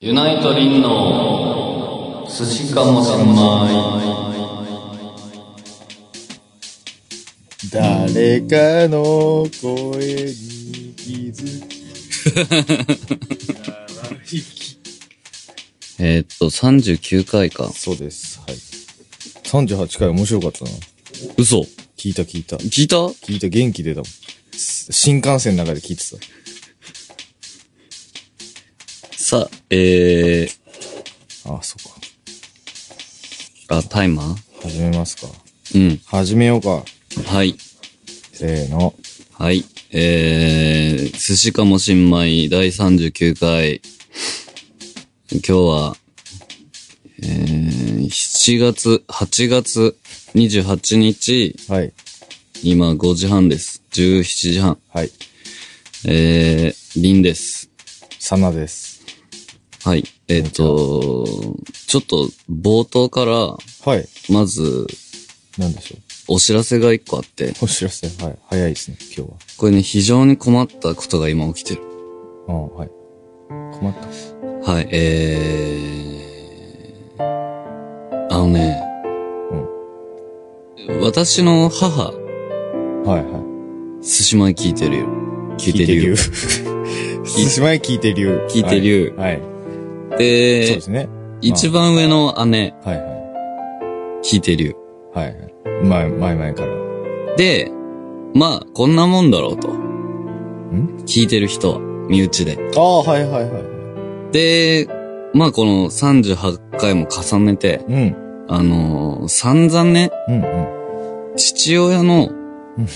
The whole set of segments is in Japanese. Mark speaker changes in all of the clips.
Speaker 1: ユナイトリンの寿司かもしんま
Speaker 2: 誰かの声に気づき。
Speaker 1: い。えーっと、39回か。
Speaker 2: そうです。はい。38回面白かったな。
Speaker 1: 嘘
Speaker 2: 聞いた聞いた。
Speaker 1: 聞いた
Speaker 2: 聞いた元気出たもん。す新幹線の中で聞いてた。
Speaker 1: さ、えー、
Speaker 2: ああ、そっか。
Speaker 1: あ、タイマー
Speaker 2: 始めますか。
Speaker 1: うん。
Speaker 2: 始めようか。
Speaker 1: はい。
Speaker 2: せーの。
Speaker 1: はい。えー、寿司かもしんまい第39回。今日は、えー、7月、8月28日、
Speaker 2: はい。
Speaker 1: 今5時半です。17時半。
Speaker 2: はい。
Speaker 1: えー、リンです。
Speaker 2: サナです。
Speaker 1: はい。えっ、と、ちょっと冒頭から、
Speaker 2: はい。
Speaker 1: まず、
Speaker 2: なんでしょ
Speaker 1: お知らせが一個あって、
Speaker 2: う。お知らせ。はい。早いですね、今日は。
Speaker 1: これね、非常に困ったことが今起きてる。
Speaker 2: うん、はい。困った。
Speaker 1: はい、えー、あのね、私の母、
Speaker 2: はい、はい。
Speaker 1: 寿司前聞いてるよ。聞いてるよ。
Speaker 2: 聞いてる。前聞いてるよ。
Speaker 1: 聞いてるよ
Speaker 2: はい。はいそ
Speaker 1: で
Speaker 2: うですね。
Speaker 1: 一番上の姉、
Speaker 2: はいは
Speaker 1: 聞いてるよ。
Speaker 2: い。はいはい。前、前々から。
Speaker 1: で、まあ、こんなもんだろうと。
Speaker 2: ん
Speaker 1: 聞いてる人は、身内で。
Speaker 2: ああ、はいはいはい。
Speaker 1: で、まあこの38回も重ねて、
Speaker 2: うん。
Speaker 1: あのー散々ね、
Speaker 2: うんう
Speaker 1: 父親の
Speaker 2: うん、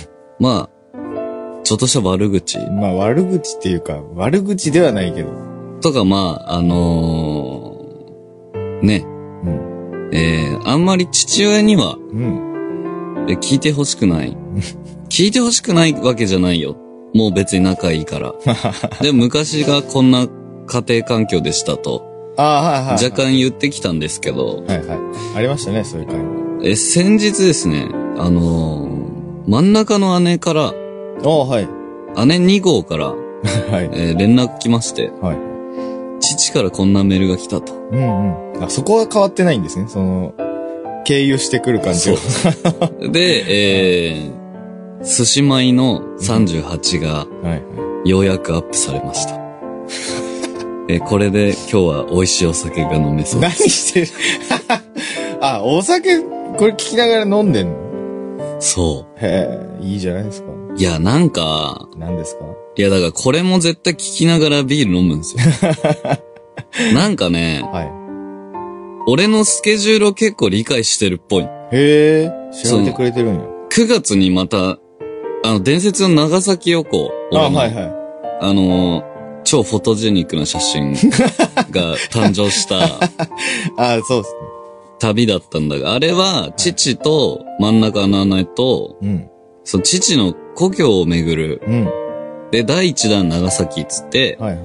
Speaker 1: まあ、ちょっとした悪口
Speaker 2: ん。まあ、悪口っていうか、悪口ではないけど。
Speaker 1: とか、まあ、あのーね、
Speaker 2: うん。
Speaker 1: えー、あんまり父親には、
Speaker 2: うん。
Speaker 1: え聞いてほしくない。聞いてほしくないわけじゃないよ。もう別に仲いいから。 で、昔がこんな家庭環境でしたと、
Speaker 2: ああ、はいはい、はい。
Speaker 1: 若。干言ってきたんですけど、
Speaker 2: はいはい。ありましたね、そういう感
Speaker 1: え、先日ですね、あのー真ん中の姉から、
Speaker 2: じ。ああ、はい。
Speaker 1: 姉2号から、
Speaker 2: はい。
Speaker 1: えー連絡来まして、
Speaker 2: はい。
Speaker 1: 父からこんなメールが来たと。
Speaker 2: うんうん。あ、そこは変わってないんですね。その、経由してくる感じは。
Speaker 1: で、えー、寿司米の38が
Speaker 2: はいは
Speaker 1: ようやくアップされました。えーこれで今日は美味しいお酒が飲めそ
Speaker 2: い。
Speaker 1: う
Speaker 2: 何。してる あ、お酒、これ聞きながら飲んでんの
Speaker 1: そ
Speaker 2: へえ、いいじゃないですか。
Speaker 1: う。いや、なんか、
Speaker 2: 何ですか
Speaker 1: いや、だからこれも絶対聞きながらビール飲むんですよ。なんかね、
Speaker 2: は
Speaker 1: 俺のスケジュールを結構理解してるっぽい。
Speaker 2: い。へえ、調べてくれてるんや。
Speaker 1: 9月にまた、あの、伝説の長崎予行。
Speaker 2: あ、
Speaker 1: 俺の
Speaker 2: はいは
Speaker 1: あのー超フォトジェニックな写真が誕生した
Speaker 2: い。あ、そうですね。
Speaker 1: 旅だったんだが、あれは、父と真ん中の姉と、
Speaker 2: うん。
Speaker 1: その父の故郷を巡る。
Speaker 2: うん。
Speaker 1: で、第一弾長崎っつって、
Speaker 2: はいはい。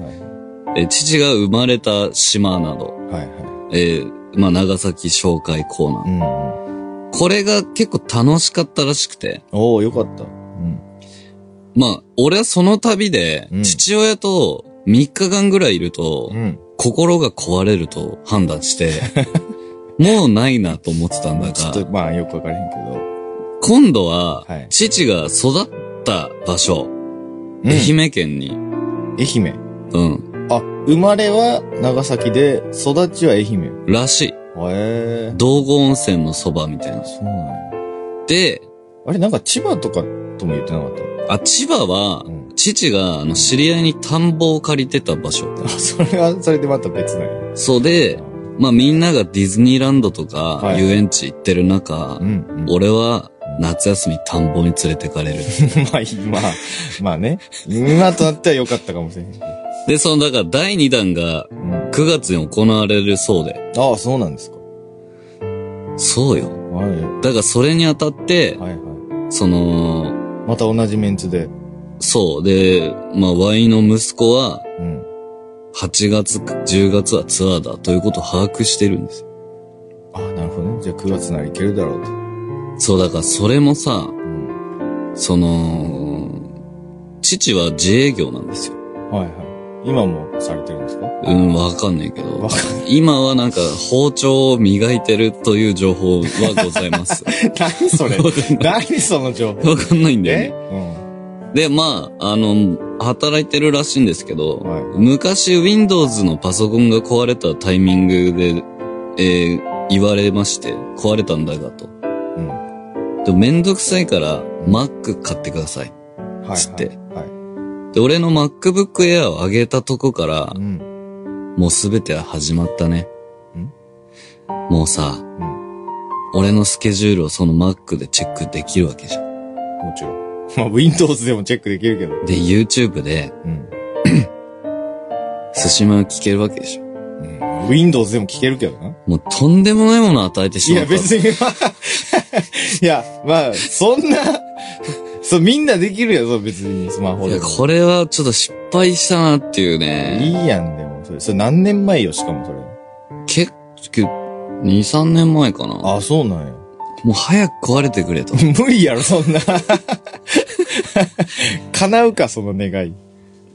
Speaker 1: え父が生まれた島など、
Speaker 2: はいは
Speaker 1: えーまあ、長崎紹介コーナ
Speaker 2: い。う
Speaker 1: ー。
Speaker 2: ん、うん。
Speaker 1: これが結構楽しかったらしくて、
Speaker 2: おおよかった。うん。
Speaker 1: まあ、俺はその旅で
Speaker 2: う、ん
Speaker 1: 父親と3日間ぐらいいると、
Speaker 2: ん。
Speaker 1: 心が壊れると判断して、 もうないなと思ってたんだ
Speaker 2: ちょっと
Speaker 1: が、、
Speaker 2: まあ、よくわからへんけど。
Speaker 1: 今度は
Speaker 2: はい、
Speaker 1: 父が育った場所、
Speaker 2: うん
Speaker 1: 愛媛県に、
Speaker 2: 愛媛。
Speaker 1: うん、
Speaker 2: あ、生まれは長崎で、育ちは愛媛。へ
Speaker 1: らしい。
Speaker 2: え。
Speaker 1: 道後温泉のそばみたいな。
Speaker 2: そうなんや。
Speaker 1: で、
Speaker 2: あれ、なんか千葉とかとも言ってなかっ
Speaker 1: あ、千葉は
Speaker 2: う、ん
Speaker 1: 父が、あの、知り合いに田んぼを借りてた場所。
Speaker 2: た。あ、 それは、それでまた別なんや。
Speaker 1: そうで、まあみんながディズニーランドとか
Speaker 2: は、い
Speaker 1: 遊園地行ってる中
Speaker 2: う、ん、うん。
Speaker 1: 俺は、夏休み田んぼに連れてかれる。
Speaker 2: まあ、今、まあね。今となってはよかったかもしれへんけど。
Speaker 1: で、その、だから第2弾が、
Speaker 2: うん。
Speaker 1: 9月に行われるそうで。
Speaker 2: ああ、そうなんですか。
Speaker 1: そうよ。
Speaker 2: はい。
Speaker 1: だからそれにあたって、
Speaker 2: はいは
Speaker 1: その、
Speaker 2: い。また同じメンツで。
Speaker 1: そう。で、まあ、ワイの息子は、
Speaker 2: うん。
Speaker 1: 8月、10月はツアーだということを把握してるんですよ。
Speaker 2: ああ、なるほどね。じゃあ9月ならいけるだろうと。
Speaker 1: そう、だからそれもさ、
Speaker 2: うん。
Speaker 1: その、父は自営業なんですよ。
Speaker 2: はいは今もされてるんですか
Speaker 1: うん、わかんないけ
Speaker 2: わ
Speaker 1: ど
Speaker 2: か。
Speaker 1: 今はなんか包丁を磨いてるという情報はござい ます。
Speaker 2: 何それ何その情報
Speaker 1: わかんないんだよ
Speaker 2: え
Speaker 1: ね。
Speaker 2: うん。
Speaker 1: で、まあ、あの、働いてるらしいんですけど、
Speaker 2: はい
Speaker 1: 昔 Windows のパソコンが壊れたタイミングで、えー言われまして、壊れたんだがと。
Speaker 2: うん。
Speaker 1: でもめんどくさいから、Mac 買ってください。
Speaker 2: はい、はい。
Speaker 1: つって
Speaker 2: は
Speaker 1: で、俺の MacBook Air を上げたとこから
Speaker 2: い。う、ん。
Speaker 1: もうすべては始まったね。もうさ、
Speaker 2: うん。も
Speaker 1: 俺のスケジュールをその Mac でチェックできるわけじゃん。
Speaker 2: ちろん。まあ、Windows でもチェックできるけど。
Speaker 1: で、YouTube で、
Speaker 2: うん。
Speaker 1: 寿司マン聞けるわけでしょ。
Speaker 2: うん。Windows でも聞けるけどな。
Speaker 1: もうとんでもないものを与えてし
Speaker 2: い
Speaker 1: ま
Speaker 2: や、
Speaker 1: った。
Speaker 2: 別に、まあ いや、まあ、そ んな、そう、みんなできるやぞ、別に、スマホ
Speaker 1: い
Speaker 2: で
Speaker 1: や、
Speaker 2: も。
Speaker 1: これはちょっと失敗したなっていうね。
Speaker 2: いいやん、でも、それ。それ何年前よ、しかもそれ。
Speaker 1: 結構、2、3年前かな。も
Speaker 2: あ、そうなんや。
Speaker 1: う早く壊れてく れと。
Speaker 2: 無理やろ、そんな。叶うか、その願い。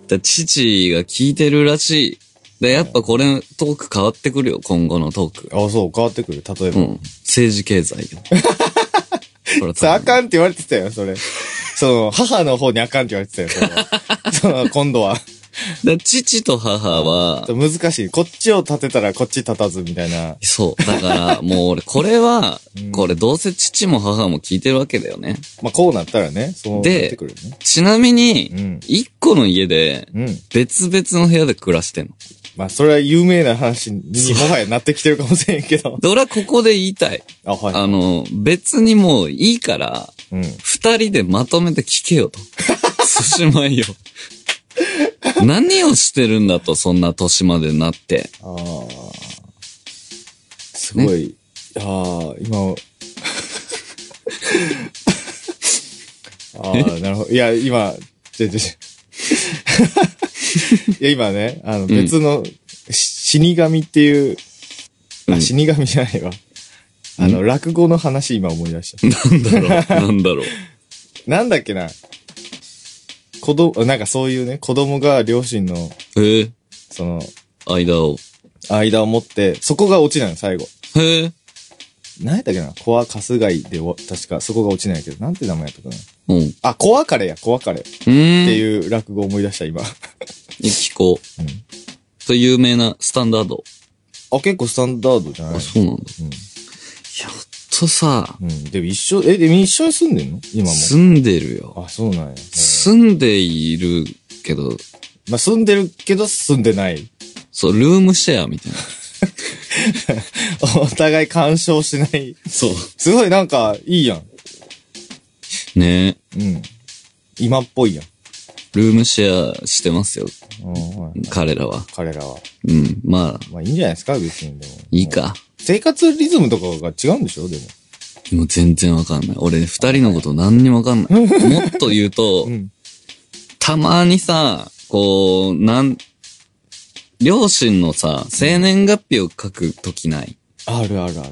Speaker 1: だ父が聞いてるらしい。で、やっぱこれ、トーク変わってくるよ、今後のトーク。
Speaker 2: あ、そう、変わってくる。例えば。
Speaker 1: うん。政治経済 よ。これ
Speaker 2: さあ、あかんって言われてたよ、それ。その、母の方にあかんって言われてたよ、 その、その今度は。
Speaker 1: で父と母は、
Speaker 2: 難しい。こっちを立てたらこっち立たず、みたいな。
Speaker 1: そう。だから、もう俺、これは
Speaker 2: うん、
Speaker 1: これどうせ父も母も聞いてるわけだよね。
Speaker 2: まあ、こうなったらね、そうなっ
Speaker 1: で
Speaker 2: てくるよね。
Speaker 1: ちなみに、
Speaker 2: うん。
Speaker 1: 一個の家で、
Speaker 2: うん。
Speaker 1: 別々の部屋で暮らしてんの。
Speaker 2: まあ、それは有名な話にもはやなってきてるかもしれんけど。
Speaker 1: で、俺はここで言いたい。
Speaker 2: あ、は
Speaker 1: あの、別にもういいから、
Speaker 2: い。うん。
Speaker 1: 二人でまとめて聞けよと。寿司まいよ。何をしてるんだと、そんな年までなって。
Speaker 2: ああ。すごい。ああ、 今。ああ、なるほど。いや、今、ちょちょちょいや、今ね、あの、別の、し死神っていう、
Speaker 1: う
Speaker 2: あ、
Speaker 1: ん
Speaker 2: 死神じゃないわ。あの、落語の話今思い出した。
Speaker 1: なんだろう、なんだろう。
Speaker 2: なんだっけな。子供、なんかそういうね、子供が両親の、
Speaker 1: へえ、
Speaker 2: その、
Speaker 1: 間を。
Speaker 2: 間を持って、そこが落ちないの、最後。
Speaker 1: へえ、
Speaker 2: 何やったっけなコアカスガイでお、確かそこが落ちないけど、なんて名前やったかな
Speaker 1: うん。うん。っ
Speaker 2: あ、コアカレや、コアカレってて
Speaker 1: いう。
Speaker 2: いう落語を思い出した、今。
Speaker 1: 聞こう。
Speaker 2: うん
Speaker 1: という有名なスタンダード。
Speaker 2: あ、結構スタンダードじゃない
Speaker 1: あ、そうなんだ。
Speaker 2: うん
Speaker 1: やっとさ、
Speaker 2: うん。でも一緒、え、でも一緒に住んでんの今
Speaker 1: 住んでるよ。
Speaker 2: も。あ、そうなんや。
Speaker 1: 住んでいるけど、
Speaker 2: まあ、住んでるけど住んでない。
Speaker 1: そう、ルームシェアみたいな。
Speaker 2: お互い干渉しない。
Speaker 1: そ
Speaker 2: すごいなんか、いいやん。
Speaker 1: う。ね
Speaker 2: うん。今っぽいやん。
Speaker 1: ルームシェアしてますよ、
Speaker 2: うん、はい
Speaker 1: 彼らは。
Speaker 2: 彼らは。
Speaker 1: うん。まあ、
Speaker 2: まあ、いいんじゃないですか、別にでも。
Speaker 1: いい。か。
Speaker 2: 生活リズムとかが違うんでしょでも。
Speaker 1: もう全然わかんない。俺、二人のこと何にもわかんない。もっと言うと、
Speaker 2: ん。
Speaker 1: たまにさ、こう、なん、両親のさ、生年月日を書くときない。
Speaker 2: あるあるある。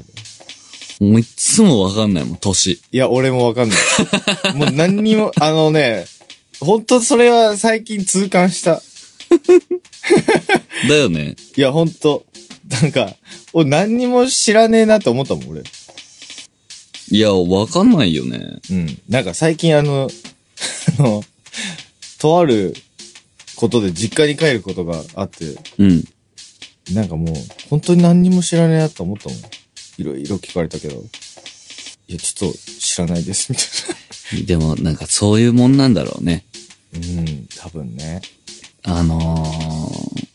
Speaker 1: もういつもわかんないもん、年。
Speaker 2: いや、俺もわかんない。もう何にも、あのね、ほんとそれは最近痛感した。
Speaker 1: だよね。
Speaker 2: いや、ほんと。なんか、俺何にも知らねえなって思ったもん、俺。
Speaker 1: いや、わかんないよね。
Speaker 2: うん。なんか最近あの、あの、とあることで実家に帰ることがあって、
Speaker 1: うん。
Speaker 2: なんかもう、本当に何にも知らねえなって思ったもん。いろいろ聞かれたけど、いや、ちょっと知らないです、みた
Speaker 1: で
Speaker 2: いな。
Speaker 1: も、なんかそういうもんなんだろうね。
Speaker 2: うん、多分ね。
Speaker 1: あのー、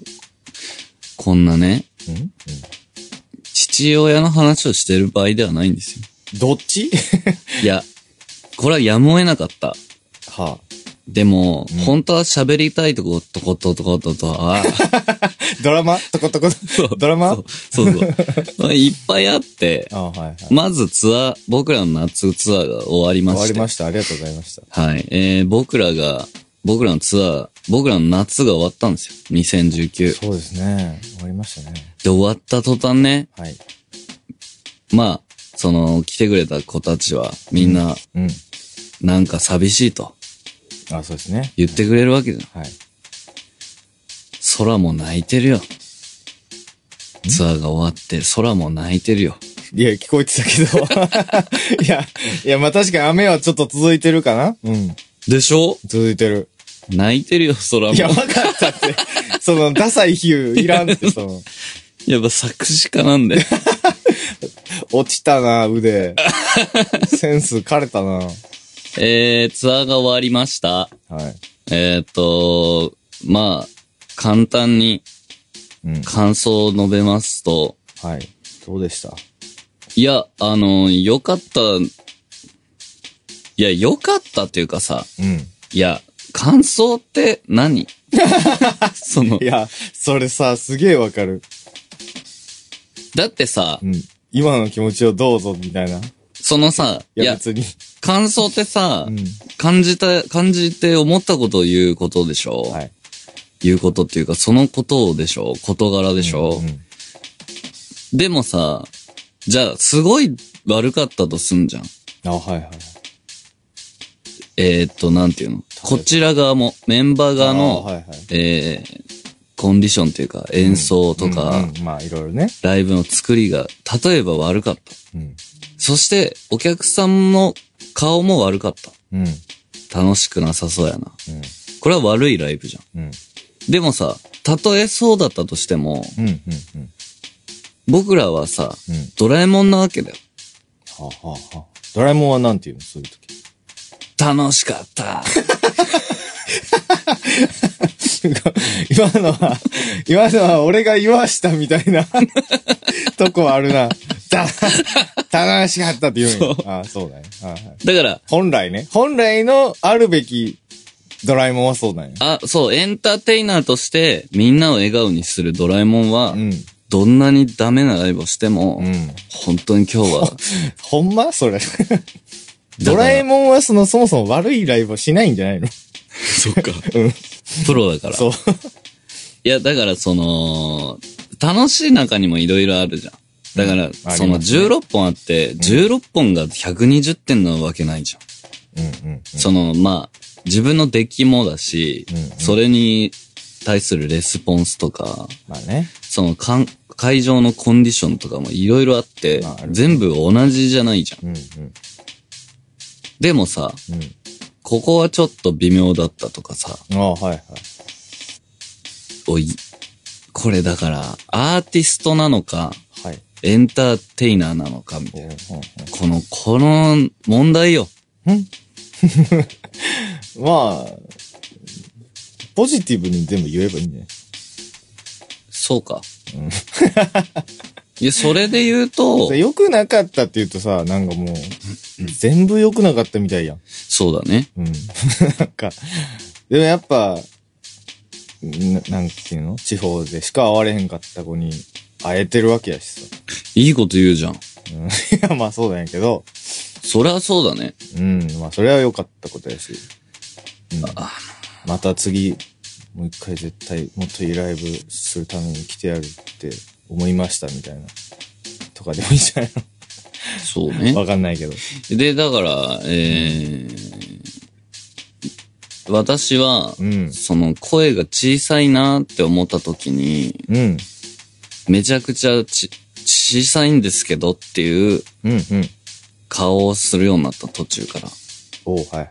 Speaker 1: こんなね、
Speaker 2: うん、うん、
Speaker 1: 父親の話をしてる場合ではないんですよ。
Speaker 2: どっち
Speaker 1: いや、これはやむを得なかった。
Speaker 2: は
Speaker 1: でも、
Speaker 2: うん
Speaker 1: 本当は喋りたいとことこととこととは、
Speaker 2: あ、ドラマとことこ
Speaker 1: そう
Speaker 2: ドラマ
Speaker 1: そうそうそう。いっぱいあって、
Speaker 2: あはいはい。終
Speaker 1: まずツアー、僕らの夏ツアーが終わりま
Speaker 2: わ
Speaker 1: し
Speaker 2: り
Speaker 1: て。
Speaker 2: ました。ありがとうございました。
Speaker 1: はい。えー、僕らが、僕らのツアー、僕らの夏が終わったんですよ。2019。
Speaker 2: そうですね。終わりましたね。
Speaker 1: で、終わった途端ね、
Speaker 2: はい。
Speaker 1: まあ、その、来てくれた子たちは、みんな、
Speaker 2: うん。
Speaker 1: なんか寂しいと
Speaker 2: あそうですね。
Speaker 1: 言ってくれるわけじゃん。
Speaker 2: はい。
Speaker 1: 空も泣いてるよ。ツアーが終わって、空も泣いてるよ。
Speaker 2: いや、聞こえてたけど。い や、いや、まあ確かに雨はちょっと続いてるかなうん。
Speaker 1: でしょ
Speaker 2: 続いてる。
Speaker 1: 泣いてるよ、空も。
Speaker 2: い
Speaker 1: や
Speaker 2: や、わかったって。その、ダサい比喩いらんって、その、
Speaker 1: っぱ作詞家なん で。
Speaker 2: 落ちたな、腕。センス枯れたな。
Speaker 1: えー、ツアーが終わりました。
Speaker 2: はい。
Speaker 1: えーっ、と、まあ、簡単に
Speaker 2: うん。
Speaker 1: 感想を述べますと、
Speaker 2: はい。どうでした
Speaker 1: いや、あの、良かった、いや、良かったっていうかさ、
Speaker 2: うん。
Speaker 1: いや、感想って 何その
Speaker 2: い、や、それさ、すげえわかる。
Speaker 1: だってさ
Speaker 2: う、ん。今の気持ちをどうぞ、みたいな。い
Speaker 1: そのさ、い
Speaker 2: や、
Speaker 1: や、
Speaker 2: 別に。
Speaker 1: 感想ってさ、
Speaker 2: うん。
Speaker 1: 感じた、感じて思ったことを言うことでしょ、
Speaker 2: はい。
Speaker 1: 言うことっていうか、そのことをでしょ事柄でしょ、
Speaker 2: うん
Speaker 1: でもさ、じゃあ、すごい悪かったとすんじゃん。
Speaker 2: あ、はいはい。
Speaker 1: えー、っと、なんていうのこちら側も、メンバー側
Speaker 2: あ
Speaker 1: の、
Speaker 2: はいはい。
Speaker 1: えー、コンディションっていうか、演奏とか、
Speaker 2: うんうんまあ、いろいろね。
Speaker 1: ライブの作りが、例えば悪かった。
Speaker 2: うん。
Speaker 1: そして、お客さんの顔も悪かっ
Speaker 2: うん。
Speaker 1: た。楽しくなさそうやな。
Speaker 2: うん。
Speaker 1: これは悪いライブじゃん。
Speaker 2: うん。
Speaker 1: でもさ、たとえそうだったとしても、
Speaker 2: うん。うん。うん。
Speaker 1: 僕らはさ、
Speaker 2: うん。
Speaker 1: ドラえもんなわけだよ。
Speaker 2: はあ、はあ、はあ。ドラえもんはなんて言うのそういう時。
Speaker 1: 楽しかった。
Speaker 2: 今のは、今のは俺が言わしたみたいな とこはあるな。た、楽しかったって言うんや。ああ、そうだね。ああはい
Speaker 1: だから、
Speaker 2: 本来ね。本来のあるべきドラえもんはそうなんや。
Speaker 1: あ、そう、エンターテイナーとして、みんなを笑顔にするドラえもんは、
Speaker 2: うん。
Speaker 1: どんなにダメなライブをしても、
Speaker 2: うん。
Speaker 1: 本当に今日 は、
Speaker 2: ほんまそれ。ドラえもんはその、そもそも悪いライブをしないんじゃないの
Speaker 1: そっか
Speaker 2: うん。
Speaker 1: プロだから。
Speaker 2: そう。
Speaker 1: いや、だからその、楽しい中にもいろいろあるじゃん。だから、
Speaker 2: うん
Speaker 1: その
Speaker 2: ありますね
Speaker 1: 16本あって、16本が120点なわけないじゃん。
Speaker 2: うんうん。
Speaker 1: その、まあ、自分の出来もだし、
Speaker 2: うんうん
Speaker 1: それに対するレスポンスとか、
Speaker 2: まあね。
Speaker 1: そのかん会場のコンディションとかもいろいろあって、
Speaker 2: まあある
Speaker 1: 全部同じじゃないじゃん。
Speaker 2: うんうん。
Speaker 1: でもさ、
Speaker 2: うん。
Speaker 1: ここはちょっと微妙だったとかさ、
Speaker 2: ああ、はいはい。
Speaker 1: おい、これだから、アーティストなのか、
Speaker 2: はい。
Speaker 1: エンターテイナーなのかみた
Speaker 2: お
Speaker 1: いな。
Speaker 2: うおうおう
Speaker 1: この、この問題よ。
Speaker 2: まあ、ポジティブに全部言えばいいんじゃない
Speaker 1: そうか。
Speaker 2: うん
Speaker 1: いや、それで言うと
Speaker 2: で、良くなかったって言うとさ、なんかもう、全部良くなかったみたいやん。
Speaker 1: そうだね。
Speaker 2: うん。 なんか、でもやっぱ、ななんていうの地方でしか会われへんかった子に会えてるわけやしさ。
Speaker 1: いいこと言うじゃん。
Speaker 2: うん、いや、まあそうなんやけど、
Speaker 1: そりゃそうだね。
Speaker 2: うん、まあそれは良かったことやし。うん
Speaker 1: あ、
Speaker 2: また次、もう一回絶対もっといいライブするために来てやるって思いましたみたいな。とかでもいいんじゃない
Speaker 1: そう
Speaker 2: の
Speaker 1: ね。
Speaker 2: わかんないけど。
Speaker 1: で、だから、えー、私は、
Speaker 2: うん。
Speaker 1: その声が小さいなって思った時に、
Speaker 2: うん。
Speaker 1: めちゃくちゃち小さいんですけどっていう
Speaker 2: うんうん。
Speaker 1: 顔をするようになった途中から。
Speaker 2: おうはいはい。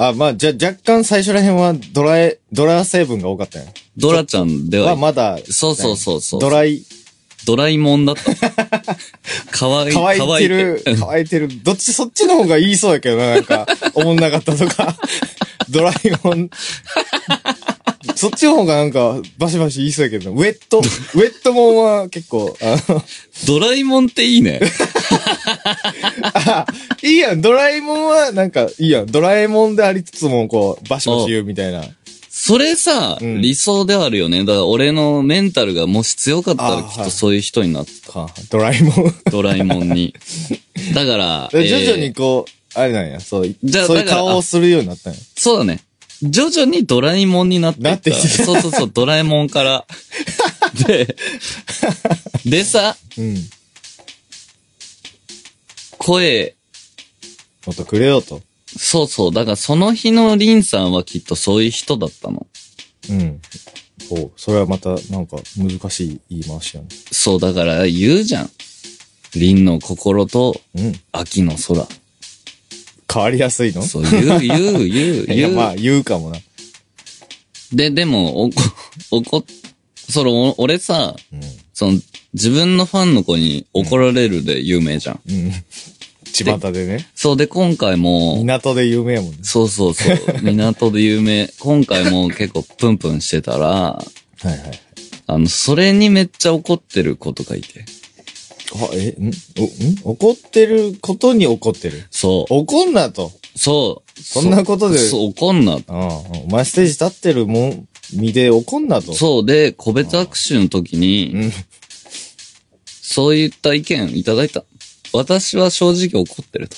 Speaker 2: あ、まあ、じゃ、若干最初ら辺はドラえ、ドラ成分が多かったよ。
Speaker 1: ドラちゃんで
Speaker 2: は、
Speaker 1: は、
Speaker 2: まだ、
Speaker 1: そうそうそうそう。
Speaker 2: ドライ、
Speaker 1: ドラえもんだ った。可愛い
Speaker 2: 乾いてる、
Speaker 1: 乾いて
Speaker 2: 乾いてる。どっち、そっちの方が言いそうやけどな、なんか、 思んなかったとか。ドラえもん。そっちの方がなんか、バシバシ言いそうやけどなウェッ ト、ウェットもんは結構、あの、
Speaker 1: ドラえもんっていいね。
Speaker 2: あいいやん、ドラえもんはなんか、いいやん、ドラえもんでありつつも、こう、バシバシ言うみたいな。
Speaker 1: それさ、
Speaker 2: うん
Speaker 1: 理想ではあるよね。だから俺のメンタルがもし強かったら
Speaker 2: あー
Speaker 1: きっとそういう人になって
Speaker 2: はあドラえもん。
Speaker 1: ド ラえもんに。だから、
Speaker 2: で徐々
Speaker 1: え
Speaker 2: に
Speaker 1: ー
Speaker 2: こう、あれなんや、そう、
Speaker 1: じゃあ
Speaker 2: そうい
Speaker 1: だ
Speaker 2: う
Speaker 1: から
Speaker 2: 顔をするようになったんや。
Speaker 1: そうだね。徐々にドラえもんになってい
Speaker 2: なってきて
Speaker 1: そうそうそう、ドラえもん から。で、でさ、
Speaker 2: うん。
Speaker 1: 声、
Speaker 2: もっとくれよと。
Speaker 1: そうそう、だからその日のリンさんはきっとそういう人だったの。
Speaker 2: うん。おそれはまた、なんか、難しい言い回しやね。
Speaker 1: そう、だから言うじゃん。凛の心と
Speaker 2: うん。
Speaker 1: 秋の空。
Speaker 2: 変わりやすいの
Speaker 1: そう、言う、言う、言う、
Speaker 2: いや、
Speaker 1: 言う。
Speaker 2: まあ、言うかもな。
Speaker 1: で、でも、おこ、おこ、それ、お俺さ、
Speaker 2: うん。
Speaker 1: その、自分のファンの子に怒られるで有名じゃん。
Speaker 2: うん。巷でね。
Speaker 1: そうで、今回も、
Speaker 2: 港で有名やもんね。
Speaker 1: そうそうそう、港で有名、 今回も結構プンプンしてたら、
Speaker 2: はいはい。
Speaker 1: あの、それにめっちゃ怒ってる子とかいて。
Speaker 2: あ、え、んおん怒ってることに怒ってる。
Speaker 1: そう。
Speaker 2: 怒んなと。
Speaker 1: そう。
Speaker 2: そんなことで
Speaker 1: そう、怒んな。
Speaker 2: うん。お前ステージ立ってるもん、身で怒んなと。
Speaker 1: そうで、個別握手の時
Speaker 2: う
Speaker 1: に、
Speaker 2: ん。
Speaker 1: そういった意見いただいた。私は正直怒ってると。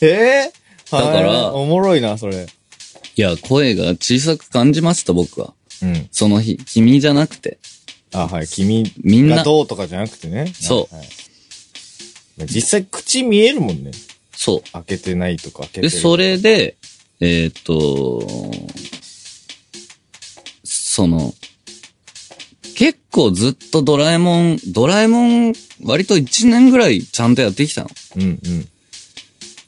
Speaker 2: えー、
Speaker 1: だから
Speaker 2: はいおもろいな、それ。
Speaker 1: いや、声が小さく感じました、僕は。
Speaker 2: うん。
Speaker 1: その日、君じゃなくて。
Speaker 2: あ、はい。君
Speaker 1: みんな
Speaker 2: がどうとかじゃなくてね。
Speaker 1: そう
Speaker 2: はいはい実際、口見えるもんね。
Speaker 1: そ
Speaker 2: 開けてないとか開けて
Speaker 1: う。
Speaker 2: る。
Speaker 1: で、それで、えーっと、その、結構ずっとドラえもん、ドラえもん割と1年ぐらいちゃんとやってきたの。
Speaker 2: うんうん。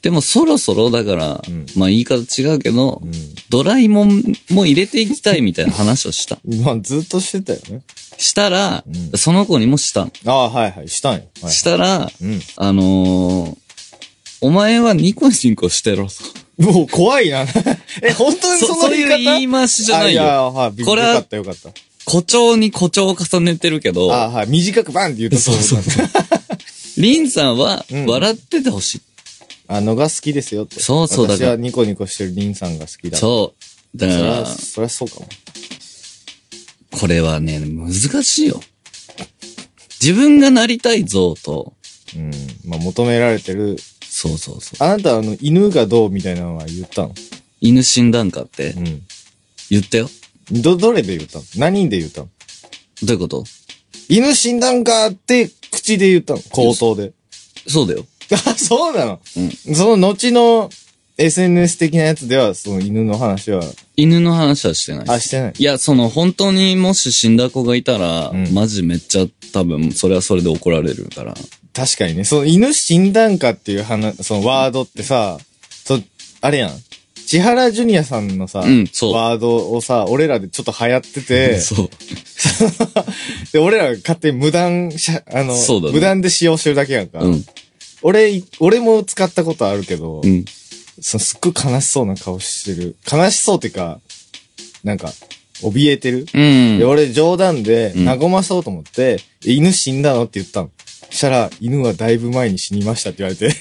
Speaker 1: でもそろそろだから、
Speaker 2: うん
Speaker 1: まあ言い方違うけど、
Speaker 2: う
Speaker 1: ドラえもんも入れていきたいみたいな話をした。
Speaker 2: ん。まあ、ずっとしてたよね。
Speaker 1: したら、
Speaker 2: うん
Speaker 1: その子にもしたの。
Speaker 2: ああ、はいはい。したんよ。はい、
Speaker 1: したら、
Speaker 2: うん。
Speaker 1: あのーお前はニコニコして ろと。
Speaker 2: もう怖いな。 え、本当に
Speaker 1: そ
Speaker 2: その
Speaker 1: そう
Speaker 2: 言い
Speaker 1: い
Speaker 2: 方
Speaker 1: う言い回しじゃない
Speaker 2: あい
Speaker 1: よ。
Speaker 2: や、はい。び
Speaker 1: これは
Speaker 2: よかったよかった。
Speaker 1: 誇張に誇張を重ねてるけど、
Speaker 2: ああ、はい。短くバンって言うと
Speaker 1: そうそう
Speaker 2: そう。
Speaker 1: リンさんは
Speaker 2: うん
Speaker 1: 笑っててほしい。
Speaker 2: あのが好きですよって。
Speaker 1: そうそうだ
Speaker 2: 私
Speaker 1: から
Speaker 2: はニコニコしてるリンさんが好きだ。う。
Speaker 1: そう。だ
Speaker 2: そ
Speaker 1: か
Speaker 2: りゃ、
Speaker 1: ら、
Speaker 2: そりゃそうかも。
Speaker 1: これはね、難しいよ。自分がなりたい像と、
Speaker 2: うん。まあ、求められてる。
Speaker 1: そうそうそう。
Speaker 2: あなた、あの、犬がどうみたいなのは言ったの
Speaker 1: 犬診断科って
Speaker 2: う
Speaker 1: 言ったよ。
Speaker 2: ん。ど、どれで言ったの何で言ったの
Speaker 1: どういうこと
Speaker 2: 犬診断かって口で言ったの口頭で。
Speaker 1: そうだよ。
Speaker 2: あ、 そうなの、
Speaker 1: う
Speaker 2: その後の SNS 的なやつでは、その犬の話は、
Speaker 1: 犬の話はしてない
Speaker 2: あ、
Speaker 1: です。
Speaker 2: してない。
Speaker 1: いや、その本当にもし死んだ子がいたら、
Speaker 2: うん
Speaker 1: マジめっちゃ多分それはそれで怒られるから。
Speaker 2: 確かにね、その犬診断かっていう話、そのワードってさ、そ、あれやん。千原ジュニアさんのさ、
Speaker 1: うんそう
Speaker 2: ワードをさ、俺らでちょっと流行って て、
Speaker 1: そう。
Speaker 2: で、俺らが勝手に無断しゃ、あの、
Speaker 1: そうだね
Speaker 2: 無断で使用してるだけやんか。
Speaker 1: うん。
Speaker 2: 俺い、俺も使ったことあるけど、
Speaker 1: うん。
Speaker 2: そのすっごい悲しそうな顔してる。悲しそうっていうか、なんか、怯えてる。
Speaker 1: うん
Speaker 2: で、。俺冗談で
Speaker 1: うん
Speaker 2: 和まそうと思って、犬死んだのって言ったの。そしたら、犬はだいぶ前に死にましたって言わ れて。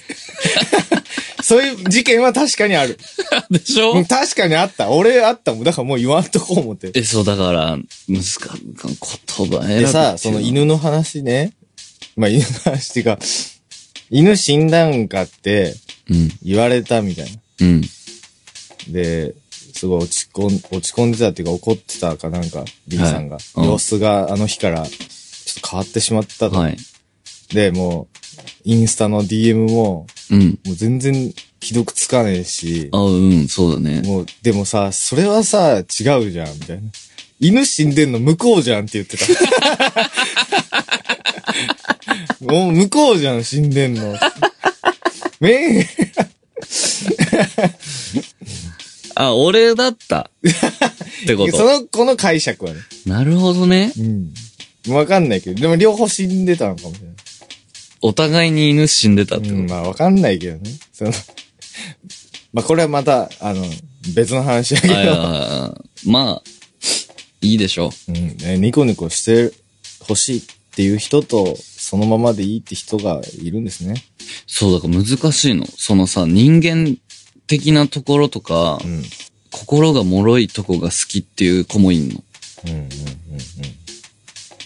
Speaker 2: そういう事件は確かにある。
Speaker 1: でし
Speaker 2: う
Speaker 1: ょ
Speaker 2: ん確かにあった。俺あったもん。だからもう言わんとこう思って。
Speaker 1: え、そう、だから、難しい言葉選ぶっていう
Speaker 2: で
Speaker 1: の
Speaker 2: さ、その。犬の話ね。まあ、犬の話っていうか、犬死んだんかって
Speaker 1: うん。
Speaker 2: 言われたみたいな。
Speaker 1: うん。
Speaker 2: で、すごい落ち込ん、落ち込んでたっていうか怒ってたかなんか、B さんが。
Speaker 1: うん
Speaker 2: 様子があの日から、ちょっと変わってしまったと。
Speaker 1: はい。
Speaker 2: で、もう、インスタの DM も、
Speaker 1: うん。
Speaker 2: もう全然既読つかねえし、
Speaker 1: あ、うん、そうだね。
Speaker 2: もう、でもさ、それはさ、違うじゃん、みたいな。犬死んでんの向こうじゃんって言ってた。 もう向こうじゃん、死んでんの。めん、
Speaker 1: あ、俺だった。ってこ
Speaker 2: そ
Speaker 1: と。
Speaker 2: の、この解釈はね。
Speaker 1: なるほどね。
Speaker 2: うん。わかんないけど、でも両方死んでたのかもしれない。
Speaker 1: お互いに犬死んでたってこ
Speaker 2: うん、
Speaker 1: と。
Speaker 2: まあわかんないけどね。その、まあこれはまた、あの、別の話だけ
Speaker 1: あいや
Speaker 2: ど、
Speaker 1: まあ、いいでしょ
Speaker 2: うん、ねニコニコしてほしいっていう人と、そのままでいいって人がいるんですね。
Speaker 1: う。そう、だから難しいの。そのさ、人間的なところとか、
Speaker 2: ん。うん、
Speaker 1: 心が脆いとこが好きっていう子もいんの。
Speaker 2: うん、うん、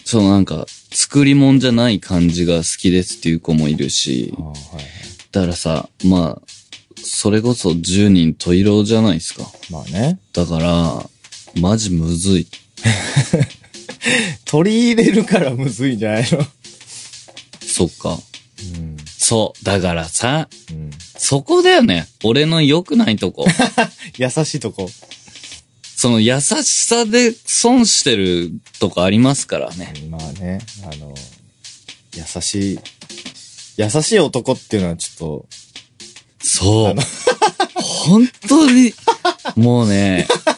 Speaker 1: そのなんか、作り物じゃない感じが好きですっていう子もいるし
Speaker 2: うん。、ああ、はい。
Speaker 1: だからさ、まあ、それこそ10人十色じゃないですか。
Speaker 2: まあね。
Speaker 1: だから、マジむずい。
Speaker 2: 取り入れるからむずいんじゃないの
Speaker 1: そっか。そう。だからさ、
Speaker 2: うん。うん。
Speaker 1: そこだよね。俺の良くないとこ。
Speaker 2: 優しいとこ。
Speaker 1: その優しさで損してるとかありますからね。
Speaker 2: まあね、あの、優しい、優しい男っていうのはちょっ
Speaker 1: そう。本当に、もうね、
Speaker 2: と、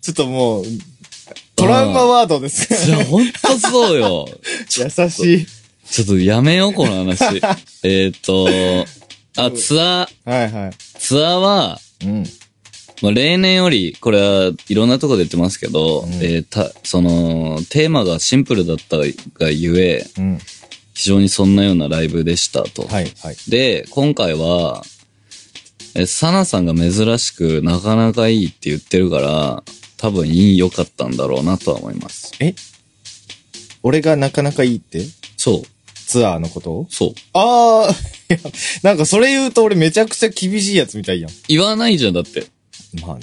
Speaker 2: ちょっともう、 トラウマワードです
Speaker 1: いや、本当そうよ。
Speaker 2: 優しい。
Speaker 1: ちょっとやめよう、この 話。えっと、あ、ツアー、
Speaker 2: はいは
Speaker 1: ツアーは、
Speaker 2: い。うん。
Speaker 1: まあ、例年より、これはいろんなとこで言ってますけど、
Speaker 2: うん
Speaker 1: えーた、その、テーマがシンプルだったがゆえ、
Speaker 2: うん。
Speaker 1: 非常にそんなようなライブでしたと。
Speaker 2: はいはい。
Speaker 1: で、今回は、え、サナさんが珍しくなかなかいいって言ってるから、多分いい良かったんだろうなとは思います。
Speaker 2: え俺がなかなかいいって
Speaker 1: そう、
Speaker 2: ツアーのことを
Speaker 1: そう。
Speaker 2: ああ、いや、なんかそれ言うと俺めちゃくちゃ厳しいやつみたいやん。
Speaker 1: 言わないじゃん、だって。
Speaker 2: まあね。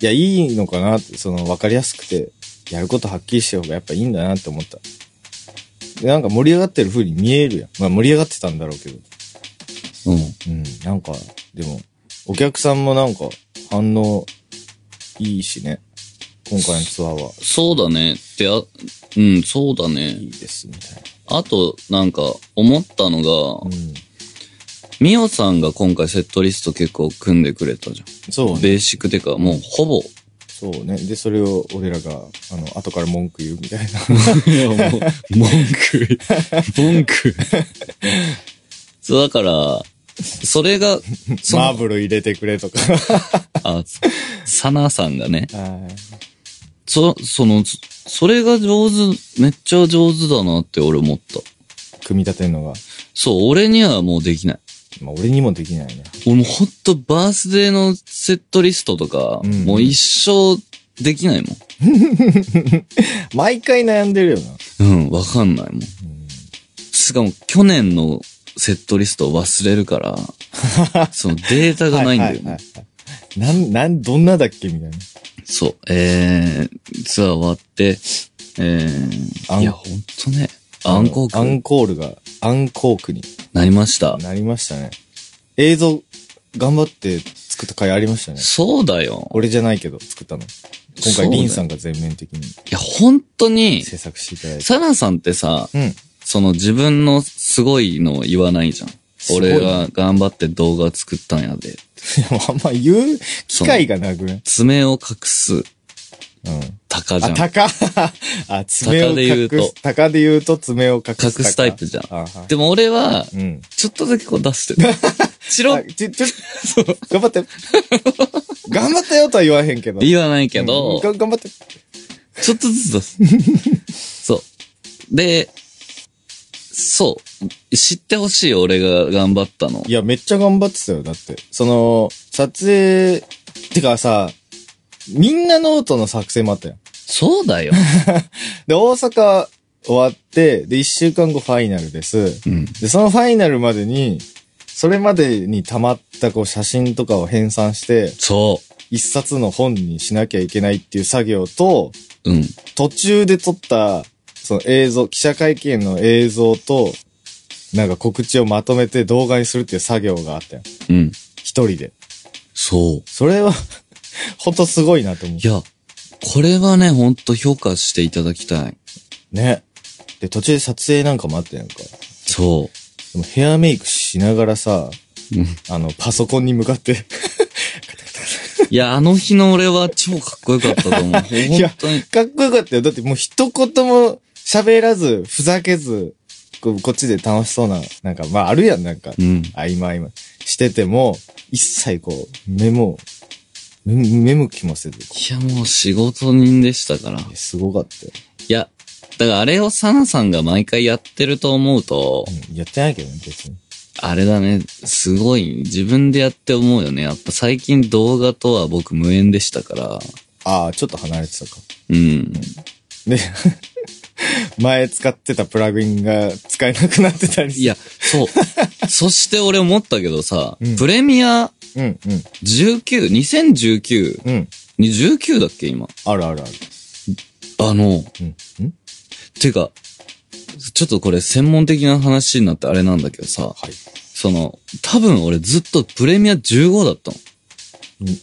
Speaker 2: いや、いいのかなって、その、わかりやすくて、やることはっきりしてる方がやっぱいいんだなって思った。でなんか盛り上がってる風に見えるやん。まあ盛り上がってたんだろうけど。
Speaker 1: うん。
Speaker 2: うん、なんか、でも、お客さんもなんか、反応、いいしね。今回のツアーは、
Speaker 1: そうだねって、あ、うん、そうだね
Speaker 2: い。いです、みたい
Speaker 1: あと、なんか、思ったのが、
Speaker 2: な。うん。
Speaker 1: ミオさんが今回セットリスト結構組んでくれたじ
Speaker 2: そ
Speaker 1: ゃ。
Speaker 2: うんね。
Speaker 1: ベーシックてか、もうほぼ。
Speaker 2: そうね。で、それを俺らが、あの、後から文句言うみたいな。
Speaker 1: いや、もう、文句、文句。 そう、だから、それが、そ
Speaker 2: マ
Speaker 1: の
Speaker 2: ー、ブル入れてくれとか。
Speaker 1: あ、サナさんがね、
Speaker 2: はい
Speaker 1: そ、その、そそれが上手、めっちゃ上手だなって俺思った。
Speaker 2: 組み立てるのが。
Speaker 1: そう、俺にはもうできない。
Speaker 2: まあ、俺にもできないね。
Speaker 1: 俺もうほんとバースデーのセットリストとか、
Speaker 2: うん
Speaker 1: もう一生できないも
Speaker 2: 毎回悩んでるよな。
Speaker 1: ん。うん、わかんないもん。しかも去年のセットリストを忘れる から、そのデータがないんだよね。
Speaker 2: はははいはいなん、なん、どんなだっけみたいな。
Speaker 1: そう、えー、ツアー終わって、え
Speaker 2: ア
Speaker 1: ー、
Speaker 2: ン
Speaker 1: いや、ほんとね、アンコー
Speaker 2: ア
Speaker 1: クに
Speaker 2: ンコールが、アンコークに
Speaker 1: なりました。
Speaker 2: なりましたね。映像、頑張って作った回ありましたね。
Speaker 1: そうだよ。
Speaker 2: 俺じゃないけど、作ったの。今
Speaker 1: そう
Speaker 2: 回、
Speaker 1: ね
Speaker 2: リンさんが全面的に
Speaker 1: いや、ほんとに、
Speaker 2: 制作していただいて。
Speaker 1: サナさんってさ、
Speaker 2: うん。
Speaker 1: その自分のすごいのを言わないじゃん。
Speaker 2: すごいね
Speaker 1: 俺が頑張って動画作ったんやで。
Speaker 2: でもあんま言う機会がなくね。
Speaker 1: 爪を隠す、
Speaker 2: うん。
Speaker 1: タカじゃ
Speaker 2: あ、
Speaker 1: ん。
Speaker 2: 鷹 あ、爪を
Speaker 1: 鷹で言
Speaker 2: 隠
Speaker 1: うと
Speaker 2: す。鷹で言うと爪を隠す鷹。
Speaker 1: 隠すタイプじゃん
Speaker 2: あは
Speaker 1: でも俺は、
Speaker 2: いうん。
Speaker 1: ちょっとだけこう出してる。 白
Speaker 2: あちょ、ちょ、頑張って。頑張ったよとは言わへんけど。
Speaker 1: 言わないけど、
Speaker 2: うんが頑張って。
Speaker 1: ちょっとずつ出す。そう。で、そう。知ってほしい俺が頑張ったの
Speaker 2: い。や、めっちゃ頑張ってたよ、だって。その、撮影、てかさ、みんなノートの作成もあったよ。
Speaker 1: そうだよ。
Speaker 2: で、大阪終わって、で、一週間後ファイナルです。
Speaker 1: うん。
Speaker 2: で、そのファイナルまでに、それまでに溜まったこう写真とかを編纂して、
Speaker 1: そ
Speaker 2: 一冊の本にしなきゃいけないっていう作業と、
Speaker 1: う。うん。
Speaker 2: 途中で撮った、その映像、記者会見の映像と、なんか告知をまとめて動画にするっていう作業があったよ。
Speaker 1: うん。
Speaker 2: 一人で。
Speaker 1: そう。
Speaker 2: それは、 ほんとすごいなと思
Speaker 1: いや、これはね、ほんと評価していただきたい。
Speaker 2: う。ね。で、途中で撮影なんかもあったやんか。
Speaker 1: そ
Speaker 2: でもヘアメイクしながらさ、
Speaker 1: う。うん
Speaker 2: あの、パソコンに向かって、
Speaker 1: いや、あの日の俺は超かっこよかったと思う。 本
Speaker 2: や
Speaker 1: 当に。
Speaker 2: かっこよかったよ。だってもう一言も喋らず、ふざけず、こうこっちで楽しそうな、なんか、まああるやん、なんか。
Speaker 1: うん。
Speaker 2: 合間合間してても、一切こう、目も、目目向きもせず、こ
Speaker 1: いや、もう仕事人でしたから。いう
Speaker 2: すごかったよ。
Speaker 1: や、だからあれをサナさんが毎回やってると思うと、
Speaker 2: うん、やってないけどね、別に。
Speaker 1: あれだね、すごい、自分でやって思うよね。やっぱ最近動画とは僕無縁でしたから。
Speaker 2: ああ、ちょっと離れてたか。
Speaker 1: うん。
Speaker 2: で、 前使ってたプラグインが使えなくなってたり
Speaker 1: いや、 そう。そして俺思ったけどさ、
Speaker 2: うん
Speaker 1: プレミア
Speaker 2: うん、うん、
Speaker 1: 19、2019、
Speaker 2: うん。
Speaker 1: に19だっけ今。
Speaker 2: あるあるある。
Speaker 1: あの、
Speaker 2: うん、ん
Speaker 1: てか、ちょっとこれ専門的な話になってあれなんだけどさ、
Speaker 2: はい。
Speaker 1: その、多分俺ずっとプレミア15だったの。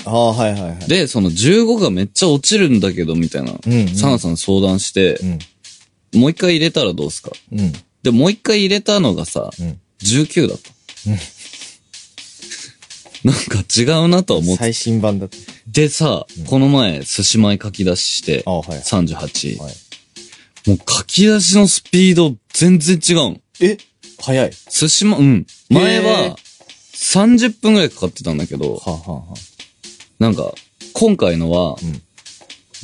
Speaker 2: ああ、はいはいはい。
Speaker 1: で、その15がめっちゃ落ちるんだけど、みたいな。
Speaker 2: うんうん
Speaker 1: サナさん相談して
Speaker 2: う、ん。
Speaker 1: もう一回入れたらどうすか
Speaker 2: うん。
Speaker 1: で、もう一回入れたのがさ、
Speaker 2: うん
Speaker 1: 19だった。 なんか違うなとは思って。
Speaker 2: 最新版だって。
Speaker 1: でさ、この前、寿司米書き出しして、
Speaker 2: ああ、はい。
Speaker 1: 38。
Speaker 2: はい
Speaker 1: もう書き出しのスピード全然違うの。
Speaker 2: え早い。
Speaker 1: 寿司も、うん。前
Speaker 2: へー
Speaker 1: は、30分ぐらいかかってたんだけど、
Speaker 2: はあ、はあはあ、
Speaker 1: なんか、今回のは
Speaker 2: ん、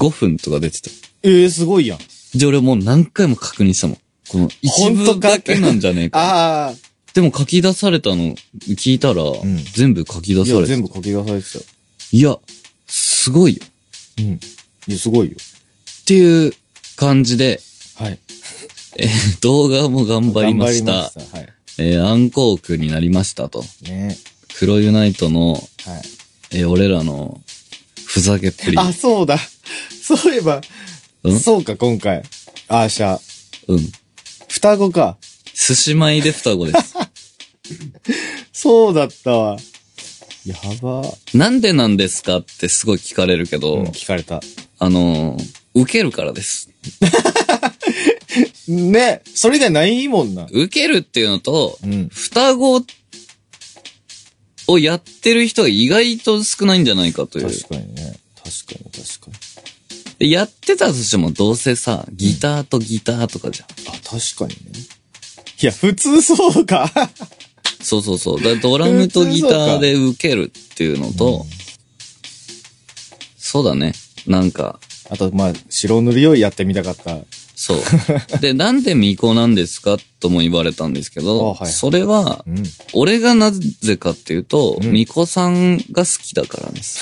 Speaker 1: 5分とか出てた。
Speaker 2: ええすごいやん。
Speaker 1: で、俺もう何回も確認したもん。この一
Speaker 2: 本当
Speaker 1: 部
Speaker 2: か
Speaker 1: だけなんじゃねえか。
Speaker 2: ああ。
Speaker 1: でも書き出されたの聞いたら、
Speaker 2: ん
Speaker 1: 全部書き出
Speaker 2: い
Speaker 1: さ
Speaker 2: や、
Speaker 1: れて
Speaker 2: 全
Speaker 1: た。
Speaker 2: 部書き出されてたよ。
Speaker 1: いや、すごいよ。
Speaker 2: うん。いや、すごいよ。
Speaker 1: っていう感じ で、
Speaker 2: はい。
Speaker 1: えー動画も頑張りました。
Speaker 2: 頑張りました。はい。
Speaker 1: えーアンコークになりましたと。
Speaker 2: ね
Speaker 1: 黒ユナイトの、
Speaker 2: はい。
Speaker 1: えー俺らの、ふざけっぷり。
Speaker 2: あ、そうだ。 そういえば、
Speaker 1: うん
Speaker 2: そうか、今回。アーシャ。
Speaker 1: うん。
Speaker 2: 双子か。
Speaker 1: 寿司米で双子 です。
Speaker 2: そうだったわ。やば。
Speaker 1: なんでなんですかってすごい聞かれるけど、
Speaker 2: うん聞かれた。
Speaker 1: あのー、受けるからです。
Speaker 2: ねそれ以外ないもんな。
Speaker 1: 受けるっていうのと、
Speaker 2: うん。
Speaker 1: 双子をやってる人が意外と少ないんじゃないかという。
Speaker 2: 確かにね。確かに、確かに。
Speaker 1: でやってたとしてもどうせさ、ギターとギターとかじゃん。
Speaker 2: あ、確かにね。いや、普通そうか。
Speaker 1: そうそうそう。だドラムとギターで受けるっていうのと、そうだね。なんか、
Speaker 2: あと、まあ、白塗りをやってみたかった。
Speaker 1: そう。で、なんで巫女なんですかとも言われたんですけど、
Speaker 2: あはい
Speaker 1: それは、
Speaker 2: うん。
Speaker 1: 俺がなぜかっていうと、
Speaker 2: うん
Speaker 1: 巫女さんが好きだからです。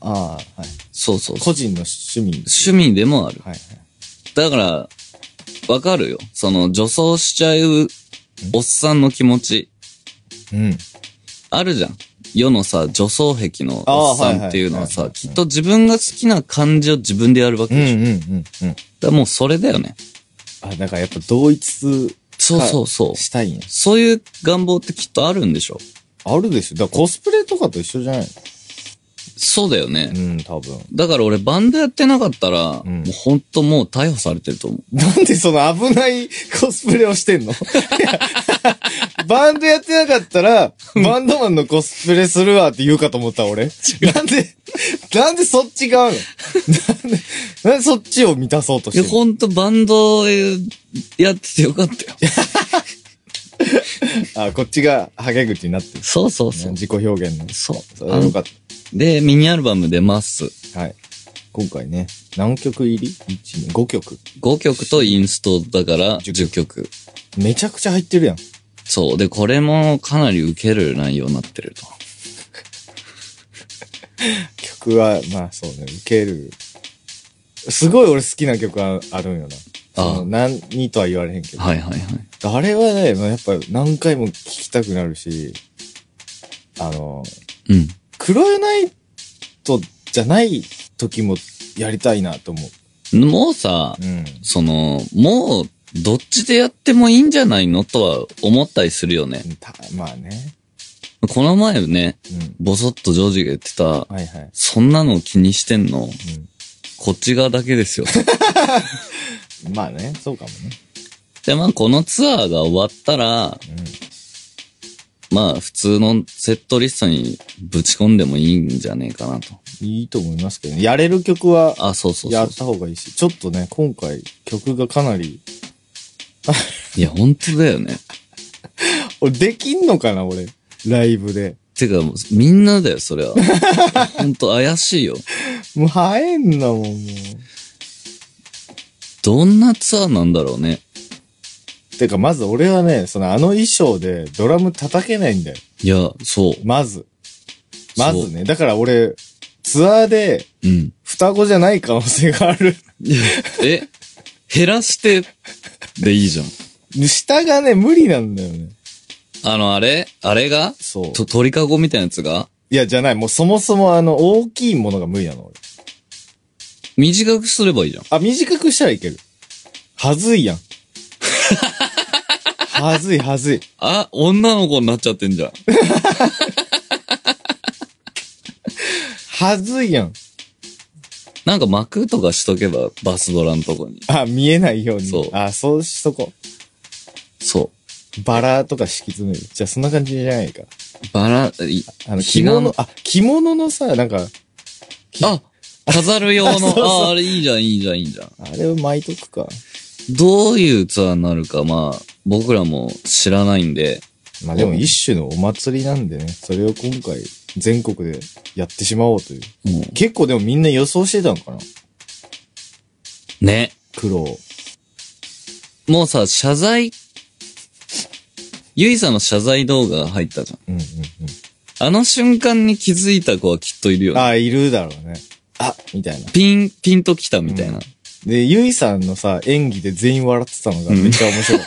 Speaker 2: ああ、はい。
Speaker 1: そうそうそう
Speaker 2: 個人の趣味。
Speaker 1: 趣味でもある。
Speaker 2: はいは
Speaker 1: だ
Speaker 2: い。
Speaker 1: から、わかるよ。その、女装しちゃう、おっさんの気持ち、
Speaker 2: うん。
Speaker 1: あるじゃん。世のさ、女装癖のおっさんっていうのは
Speaker 2: あー
Speaker 1: さ、
Speaker 2: はいはいはいはい
Speaker 1: きっと自分が好きな感じを自分でやるわけ
Speaker 2: うんう
Speaker 1: でしょ。
Speaker 2: んうんう
Speaker 1: だ
Speaker 2: ん。
Speaker 1: からもうそれだよね。
Speaker 2: あ、だからやっぱ同一
Speaker 1: そうそうそう。
Speaker 2: したいんや。
Speaker 1: そういう願望ってきっとあるんでしょ。
Speaker 2: あるでしょ。だからコスプレとかと一緒じゃない
Speaker 1: そうだよね。
Speaker 2: うん、多分。
Speaker 1: だから俺バンドやってなかったら、
Speaker 2: うん
Speaker 1: もうほんともう逮捕されてると思う。
Speaker 2: なんでその危ないコスプレをしてんの いやバンドやってなかったら、バンドマンのコスプレするわって言うかと思った俺。なんで、なんでそっち側なの なんで、なんでそっちを満たそうとし
Speaker 1: いや、
Speaker 2: てんの
Speaker 1: ほんとバンドやっててよかったよ。
Speaker 2: あ、こっちがハゲ口になってる。
Speaker 1: そうそうそう。
Speaker 2: 自己表現の。
Speaker 1: そ。
Speaker 2: そうれは
Speaker 1: あ
Speaker 2: よ
Speaker 1: の
Speaker 2: かっ
Speaker 1: で、ミニアルバム出ます。
Speaker 2: た。はい。今回ね、何曲入り ?1、5曲。
Speaker 1: 5曲とインストだから10曲。
Speaker 2: めちゃくちゃ入ってるやん。
Speaker 1: そう。で、これもかなり受ける内容になってると。
Speaker 2: 曲は、まあそうね、受ける。すごい俺好きな曲はあるんよな。
Speaker 1: ああ
Speaker 2: その何にとは言われへんけど。
Speaker 1: はいはいはい。
Speaker 2: あれはね、まあやっぱ何回も聴きたくなるし、あの、
Speaker 1: うん。
Speaker 2: 黒いナイトじゃない時もやりたいなと思う。
Speaker 1: もうさ、
Speaker 2: うん。
Speaker 1: その、もう、どっちでやってもいいんじゃないのとは思ったりするよね。
Speaker 2: たまあね。
Speaker 1: この前ね、
Speaker 2: うん。
Speaker 1: ぼそっとジョージが言ってた、
Speaker 2: はいはい。
Speaker 1: そんなの気にしてんの、こっち側だけ ですよ。
Speaker 2: うん。まあね、そうかもね。
Speaker 1: で、まあ、このツアーが終わったら、まあ、普通のセットリストにぶち込んでもいいんじゃねえかなと。
Speaker 2: うん。いいと思いますけどね。やれる曲は
Speaker 1: あ、そうそうそ
Speaker 2: や
Speaker 1: う
Speaker 2: っ。た方がいいし、ちょっとね、今回曲がかなり、
Speaker 1: いや、本当だよね。
Speaker 2: 俺できんのかな俺。ライブで。
Speaker 1: てか、みんなだよ、そ れは。本当怪しいよ。
Speaker 2: もう生えんなもん、もう。
Speaker 1: どんなツアーなんだろうね。
Speaker 2: てか、まず俺はね、そのあの衣装でドラム叩けないんだよ。
Speaker 1: いや、そう。
Speaker 2: まず。まずね。だから俺、ツアーで
Speaker 1: うん。
Speaker 2: 双子じゃない可能性がある。
Speaker 1: いや え、減らして、でいいじゃん。
Speaker 2: 下がね、無理なんだよね。
Speaker 1: あの、あれあれが
Speaker 2: そう。
Speaker 1: と、鳥かごみたいなやつが
Speaker 2: いや、じゃない。もうそもそもあの、大きいものが無理なの、俺。
Speaker 1: 短くすればいいじゃん。
Speaker 2: あ、短くしたらいける。はずいやん。 はずい、はずい。
Speaker 1: あ、女の子になっちゃってんじゃん。
Speaker 2: はずいやん。
Speaker 1: なんか幕とかしとけば、バスドラのとこに。
Speaker 2: あ、見えないように。
Speaker 1: そう
Speaker 2: あ、そうしとこ。
Speaker 1: そう
Speaker 2: バラとか敷き詰める。じゃあ、そんな感じじゃないか。
Speaker 1: う。バラ、い
Speaker 2: あ
Speaker 1: 彼
Speaker 2: の、
Speaker 1: 岸
Speaker 2: 着物、あ、着物のさ、なんか、き
Speaker 1: あ飾る用
Speaker 2: あ そう
Speaker 1: の、
Speaker 2: そう
Speaker 1: ああ、あれいいじゃん、いいじゃん、いいじゃん。
Speaker 2: あれを巻いとくか。
Speaker 1: どういうツアーになるか、まあ、僕らも知らないんで、
Speaker 2: まあでも一種のお祭りなんでね、それを今回全国でやってしまおうという。
Speaker 1: も
Speaker 2: 結構でもみんな予想してたのかな
Speaker 1: う、ね。
Speaker 2: 苦労。
Speaker 1: もうさ、謝罪、ゆいさんの謝罪動画入ったじゃん。
Speaker 2: うんうん
Speaker 1: あの瞬間に気づいた子はきっといるよ
Speaker 2: うん。あ
Speaker 1: ね。
Speaker 2: あ、いるだろうね。あみたいな。
Speaker 1: ピン、ピンときたみたいな。
Speaker 2: で、ゆいさんのさ、演技で全員笑ってたのがめっちゃ面 白い。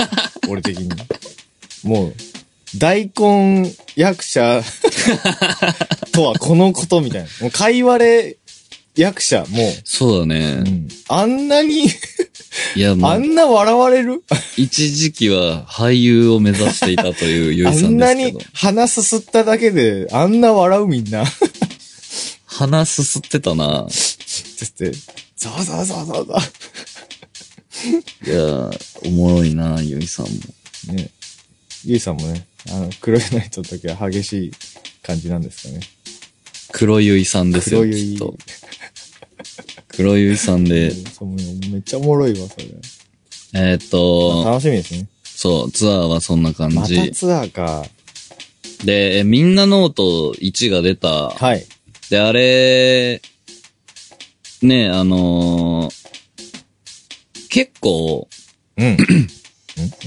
Speaker 2: 俺的に。もう、大根役者 とはこのことみたいな。もう、かいわれ役者、も
Speaker 1: そうだ
Speaker 2: う、う
Speaker 1: ね。
Speaker 2: ん、あんなに、
Speaker 1: いや、も
Speaker 2: あ
Speaker 1: う、
Speaker 2: んな笑われる
Speaker 1: 一時期は俳優を目指していたというゆい
Speaker 2: あ
Speaker 1: さんで
Speaker 2: んな
Speaker 1: すけ
Speaker 2: に
Speaker 1: ど。
Speaker 2: 鼻すすっただけで、あんな笑うみんな。つ
Speaker 1: 鼻すすってたな。
Speaker 2: って、ざわざわざわざわざわ。
Speaker 1: いや、おもろいな、ゆいさんも。
Speaker 2: ね。ゆいさんもね、あの、黒いナイトの時は激しい感じなんですかね。
Speaker 1: 黒ゆいさんですよ、
Speaker 2: 黒ゆ
Speaker 1: き
Speaker 2: い
Speaker 1: っと。黒ゆいさんで、
Speaker 2: そうめっちゃおもろいわ、それ。
Speaker 1: えーっと、
Speaker 2: 楽しみですね。
Speaker 1: そう、ツアーはそんな感
Speaker 2: また
Speaker 1: じ。
Speaker 2: ツアーか。
Speaker 1: で、えみんなノート1が出た。
Speaker 2: はい。
Speaker 1: で、あれ、ね、あのー結構、
Speaker 2: うん。うん、うん。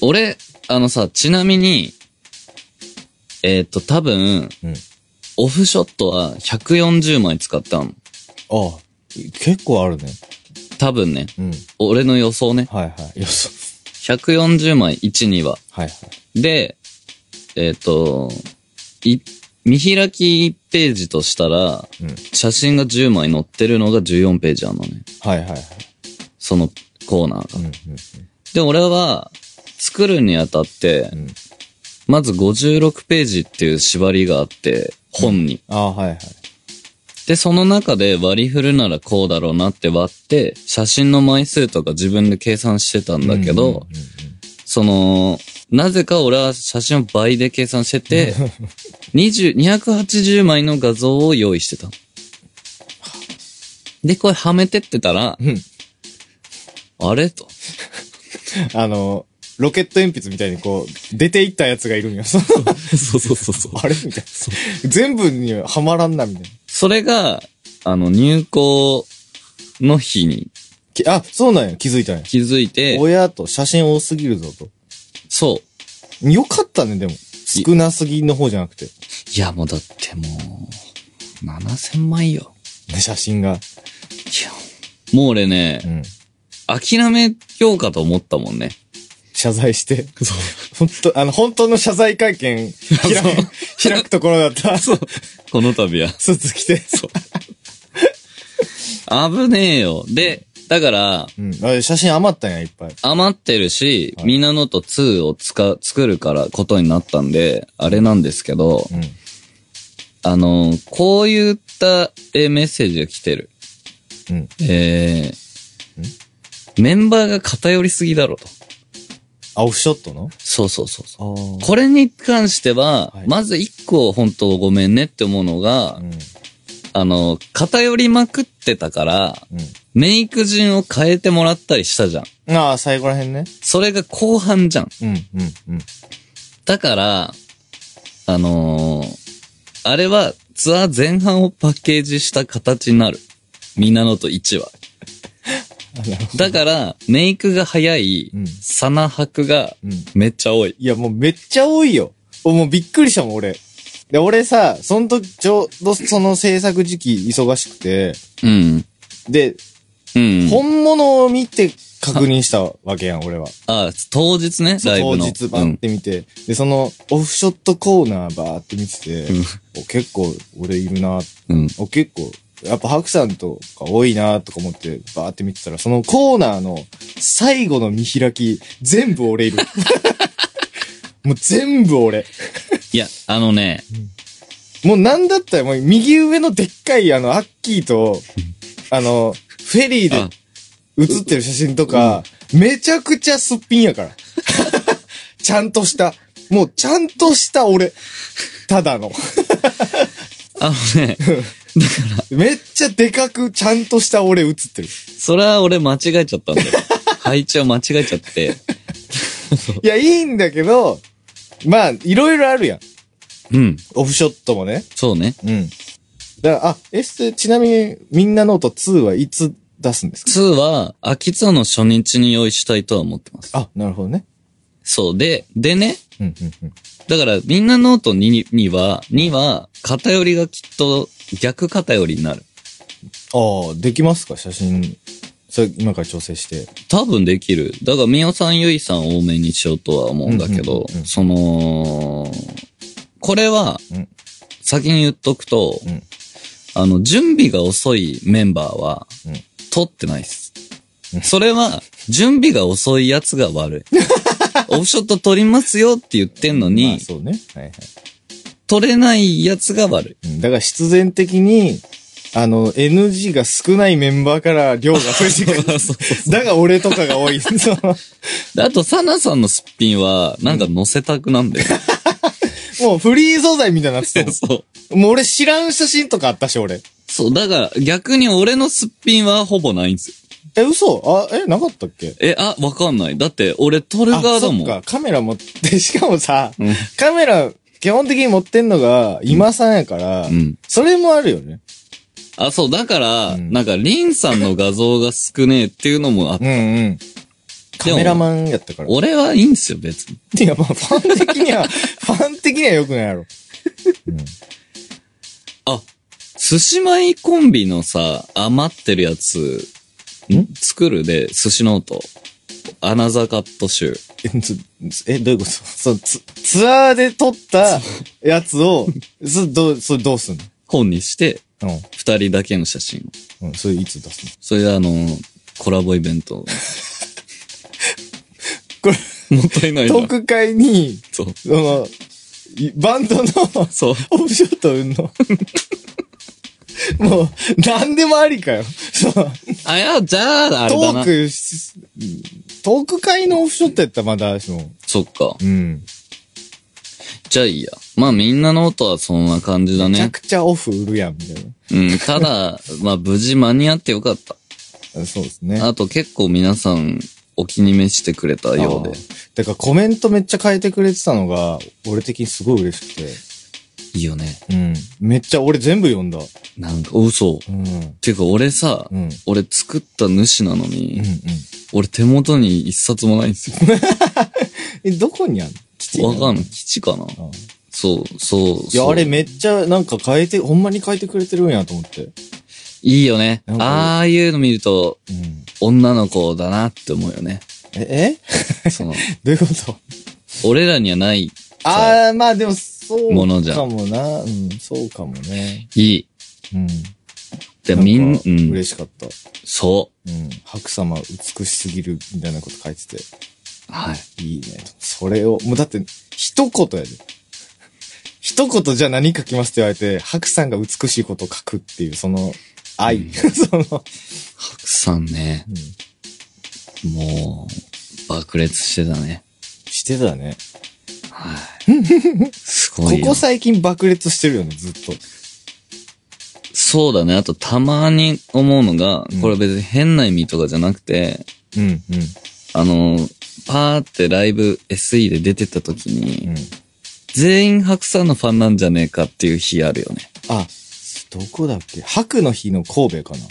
Speaker 1: 俺、あのさ、ちなみに、えーっと、多分、
Speaker 2: うん。
Speaker 1: オフショットは140枚使ったの。
Speaker 2: ああ、結構あるね。
Speaker 1: 多分ね、
Speaker 2: うん。
Speaker 1: 俺の予想ね。
Speaker 2: はいはい。よし。
Speaker 1: 140枚、1、2は。
Speaker 2: はいはい。
Speaker 1: で、えっ、と、い、見開き1ページとしたら、
Speaker 2: うん。
Speaker 1: 写真が10枚載ってるのが14ページあるのね。
Speaker 2: はいはいはい。
Speaker 1: そのコーナー
Speaker 2: う
Speaker 1: が。
Speaker 2: ん、うん、
Speaker 1: で、俺は、作るにあたって
Speaker 2: う、ん。
Speaker 1: まず56ページっていう縛りがあって、本に。
Speaker 2: ああ、はいはい。
Speaker 1: で、その中で割り振るならこうだろうなって割って、写真の枚数とか自分で計算してたんだけど、
Speaker 2: うんうんうん
Speaker 1: その、なぜか俺は写真を倍で計算して て、20 280枚の画像を用意してたの。で、これはめてってたら、
Speaker 2: うん。うん。
Speaker 1: あれと。
Speaker 2: あの、ロケット鉛筆みたいにこう、出ていったやつがいるん や。
Speaker 1: そうそうそうそう。
Speaker 2: あれみたいな。全部にはまらんな、みたいな。
Speaker 1: それが、あの、入校の日に
Speaker 2: きあ、そうなんや。気づいたんや。
Speaker 1: 気づいて、
Speaker 2: 親と写真多すぎるぞと。
Speaker 1: そう。
Speaker 2: よかったね、でも。少なすぎの方じゃなくて。
Speaker 1: いや、もうだってもう、7000枚よ。
Speaker 2: 写真が。
Speaker 1: いや、もう俺ね
Speaker 2: う、ん。
Speaker 1: 諦めようかと思ったもんね。
Speaker 2: 謝罪して。
Speaker 1: そう。
Speaker 2: 本当あの、本当の謝罪会見、開く、 開くところだった。そう。
Speaker 1: この度は。
Speaker 2: スーツ着て。
Speaker 1: 危ねえよ。で、だから、
Speaker 2: うん。あ写真余ったんや、いっぱい。
Speaker 1: 余ってるし、
Speaker 2: はい
Speaker 1: みんなのと2をつか、作るからことになったんで、あれなんですけど、
Speaker 2: うん。
Speaker 1: あの、こういったえメッセージが来てる。
Speaker 2: うん。
Speaker 1: えー、メンバーが偏りすぎだろと。
Speaker 2: あ、オフショットの
Speaker 1: そうそうそうそう。
Speaker 2: ああ。
Speaker 1: これに関しては、
Speaker 2: はい
Speaker 1: まず一個本当ごめんねって思うのが、
Speaker 2: うん。うん。
Speaker 1: あの、偏りまくってたから、メイク順を変えてもらったりしたじゃん。
Speaker 2: ああ、最後らへんね。
Speaker 1: それが後半じゃん。
Speaker 2: うん、うん、うん。
Speaker 1: だから、あのーあれはツアー前半をパッケージした形になる。みんなのと1は。
Speaker 2: あなるほど。
Speaker 1: だから、メイクが早い
Speaker 2: うん、
Speaker 1: サナ白が
Speaker 2: うん。
Speaker 1: めっちゃ多い。
Speaker 2: いや、もうめっちゃ多いよ。おもうびっくりしたもん、俺。で、俺さ、その時、ちょうどその制作時期忙しくて、
Speaker 1: うん。
Speaker 2: で、
Speaker 1: うん。
Speaker 2: 本物を見て確認したわけやん、俺は。
Speaker 1: あ、当日ね、ライ
Speaker 2: 当
Speaker 1: ブの。
Speaker 2: 日バーって見て、で、その、オフショットコーナーバーって見てて、
Speaker 1: うん
Speaker 2: お結構俺いるな、
Speaker 1: うん。うん。
Speaker 2: お結構、やっぱ白さんとか多いなとか思ってバーって見てたら、そのコーナーの最後の見開き、全部 俺いる。もう全部俺。
Speaker 1: いや、あのね、
Speaker 2: うんもうなんだったら、もう右上のでっかいあの、アッキーと、あの、フェリーで
Speaker 1: あ
Speaker 2: 写ってる写真とか、めちゃくちゃすっぴんやから。 ちゃんとした。もうちゃんとした俺。ただの。
Speaker 1: あのね、
Speaker 2: めっちゃでかくちゃんとした俺写ってる。
Speaker 1: それは俺間違えちゃ ったんだよ。配置を間違えちゃって。
Speaker 2: いや、いいんだけど、まあ、いろいろあるやん。
Speaker 1: うん。
Speaker 2: オフショットもね。
Speaker 1: そうね。
Speaker 2: うん。だから、あ、エステ、ちなみに、みんなノート2はいつ出すんですか
Speaker 1: 2は、秋ツアの初日に用意したいとは思ってます。
Speaker 2: あ、なるほどね。
Speaker 1: そう。で、でね、
Speaker 2: うん、うん、うん。
Speaker 1: だから、みんなノート2には、2は、偏りがきっと逆偏りになる。
Speaker 2: ああ、できますか写真。それ、今から調整して。
Speaker 1: 多分できる。だから、みおさん、ゆいさん多めにしようとは思うんだけど、
Speaker 2: うんうんうんうん
Speaker 1: その、これは
Speaker 2: うん、
Speaker 1: 先に言っとくと、
Speaker 2: うん
Speaker 1: あの、準備が遅いメンバーは
Speaker 2: うん、
Speaker 1: 取ってないです
Speaker 2: う。ん
Speaker 1: それは、準備が遅いやつが悪 い。オフショット取りますよって言ってんの
Speaker 2: まあ、
Speaker 1: に、
Speaker 2: そうね。はいはい
Speaker 1: 取れないやつが悪い。
Speaker 2: うん。だから、必然的に、あの、NG が少ないメンバーから量が増えてく
Speaker 1: そうそう
Speaker 2: る。だが、俺とかが多い。 その
Speaker 1: であと、サナさんのすっぴんは、なんか乗せたくなんだよ。
Speaker 2: もう、フリー素材みたいになって たも
Speaker 1: そう。
Speaker 2: ん。もう、俺知らん写真とかあったし、俺。
Speaker 1: そう、だから、逆に俺のすっぴんはほぼないんですよ。
Speaker 2: え、嘘あ、え、なかったっけ
Speaker 1: え、あ、わかんない。だって、俺、撮る側
Speaker 2: あ、
Speaker 1: だ
Speaker 2: そ
Speaker 1: も
Speaker 2: っ
Speaker 1: ん。
Speaker 2: か。カメラ持って、 しかもさ、
Speaker 1: うん。
Speaker 2: カメラ、基本的に持ってんのが、今さんやから、
Speaker 1: うん。
Speaker 2: それもあるよね。
Speaker 1: あ、そう、だから、
Speaker 2: うん
Speaker 1: なんか、リンさんの画像が少ねえっていうのもあっ
Speaker 2: うんうん。カメラマンやったから。
Speaker 1: 俺はいいんですよ、別に。
Speaker 2: いや、まあ、ファン的には、 ファン的には良くないやろ。
Speaker 1: あ、寿司米コンビのさ、余ってるやつ、
Speaker 2: ん
Speaker 1: 作るで、寿司ノート。アナザーカット集。
Speaker 2: えつえ、どういうことそう、ツ、ツアーで撮ったやつ を、そ、どう、それどうすん
Speaker 1: 本にして、
Speaker 2: の
Speaker 1: 二人だけの写真を。
Speaker 2: うん。うん、それいつ出すの
Speaker 1: それであの、コラボイベ ント。
Speaker 2: これ、
Speaker 1: もったいないな
Speaker 2: ト。ーク会に、
Speaker 1: そう。
Speaker 2: その、いバンドの
Speaker 1: そう。
Speaker 2: オフショット売ん の。もう、なんでもありかよ。そう、ト
Speaker 1: あ、いや、じゃあ、あれだ
Speaker 2: ー
Speaker 1: な。
Speaker 2: クし、トーク会のオフショットやったらまだしも。
Speaker 1: そっか。
Speaker 2: うん。
Speaker 1: じゃあいいや。まあみんなの音はそんな感じだ
Speaker 2: めちゃ
Speaker 1: ね
Speaker 2: く。ちゃオフ売るやん、みたい
Speaker 1: うん。ただ、まあ無事間に合ってよかった。
Speaker 2: な。そうですね。
Speaker 1: あと結構皆さんお気に召してくれたようで
Speaker 2: あ。ーだからコメントめっちゃ変えてくれてたのが、俺的にすごい嬉しくて。
Speaker 1: いいよね。
Speaker 2: うん。めっちゃ俺全部読んだ。
Speaker 1: なんか、嘘。っ
Speaker 2: うん。うん。
Speaker 1: ていうか俺さ、
Speaker 2: うん。
Speaker 1: 俺作った主なのに、
Speaker 2: うん。
Speaker 1: 俺手元に一冊もないん ですよ。
Speaker 2: え、どこにあんの基地
Speaker 1: わかん
Speaker 2: な
Speaker 1: ないい。基地かな
Speaker 2: うん
Speaker 1: そう、そう。
Speaker 2: いや、
Speaker 1: そう
Speaker 2: あれめっちゃなんか変えて、ほんまに変えてくれてるんやと思って。
Speaker 1: いいよね。
Speaker 2: なんか
Speaker 1: ああいうの見ると、
Speaker 2: うん。
Speaker 1: 女の子だなって思うよね。
Speaker 2: え、え
Speaker 1: その、
Speaker 2: どういうこと
Speaker 1: 俺らにはない、
Speaker 2: ああ、まあでも、そう
Speaker 1: ものじゃん
Speaker 2: かもな。うん、そうかもね。
Speaker 1: いい。
Speaker 2: うん。
Speaker 1: で、みん、
Speaker 2: なか
Speaker 1: うん、
Speaker 2: 嬉しかった。
Speaker 1: そ
Speaker 2: うん。白様美しすぎるみたいなこと書いてて。
Speaker 1: う。はい。
Speaker 2: いいね。それを、もうだって、一言やで。一言じゃあ何書きますって言われて、白さんが美しいことを書くっていう、その愛。 その、
Speaker 1: 白さんね、
Speaker 2: うん
Speaker 1: もう、爆裂してたね。
Speaker 2: してたね。
Speaker 1: はい。す
Speaker 2: こ
Speaker 1: ごいよ
Speaker 2: こ最近爆裂してるよね、ずっと。
Speaker 1: そうだね。あと、たまに思うのが、
Speaker 2: うん
Speaker 1: これ別に変な意味とかじゃなくて、
Speaker 2: うん、うん、
Speaker 1: あの、パーってライブ SE で出てった時に、
Speaker 2: うん。
Speaker 1: 全員白さんのファンなんじゃねえかっていう日あるよね。
Speaker 2: あ、どこだっけ白の日の神戸かな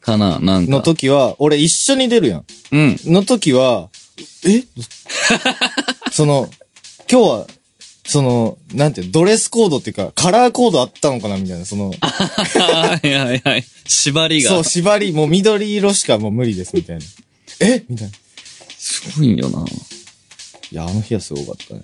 Speaker 1: かななんか。
Speaker 2: の時は、俺一緒に出るやん。
Speaker 1: うん。
Speaker 2: の時は、え その、今日は、その、なんていう、ドレスコードっていうか、カラーコードあったのかなみたいな、その、
Speaker 1: はいはいはい。縛りが。
Speaker 2: そう、縛り、もう緑色しかもう無理です、みたいな。 えみたいな。い
Speaker 1: すごいよな。
Speaker 2: や、あの日はすごかったね。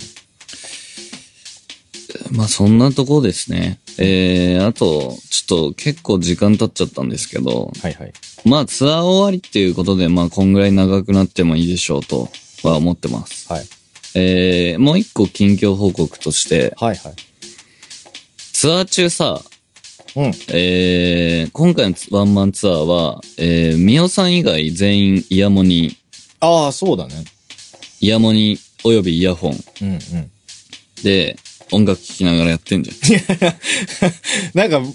Speaker 1: まあそんなとこですね。えー、あと、ちょっと結構時間経っちゃったんですけど、
Speaker 2: はいはい。
Speaker 1: まあツアー終わりっていうことで、まあこんぐらい長くなってもいいでしょうとは思ってます。
Speaker 2: はい。
Speaker 1: えー、もう一個近況報告として、
Speaker 2: はいはい。
Speaker 1: ツアー中さ、
Speaker 2: うん。
Speaker 1: えー、今回のワンマンツアーは、えー、みおさん以外全員イヤモニ、
Speaker 2: ああ、そうだね。
Speaker 1: イヤモニおよびイヤホン
Speaker 2: うんうん。
Speaker 1: で音楽聴きながらやってんじゃん。
Speaker 2: なんか、なん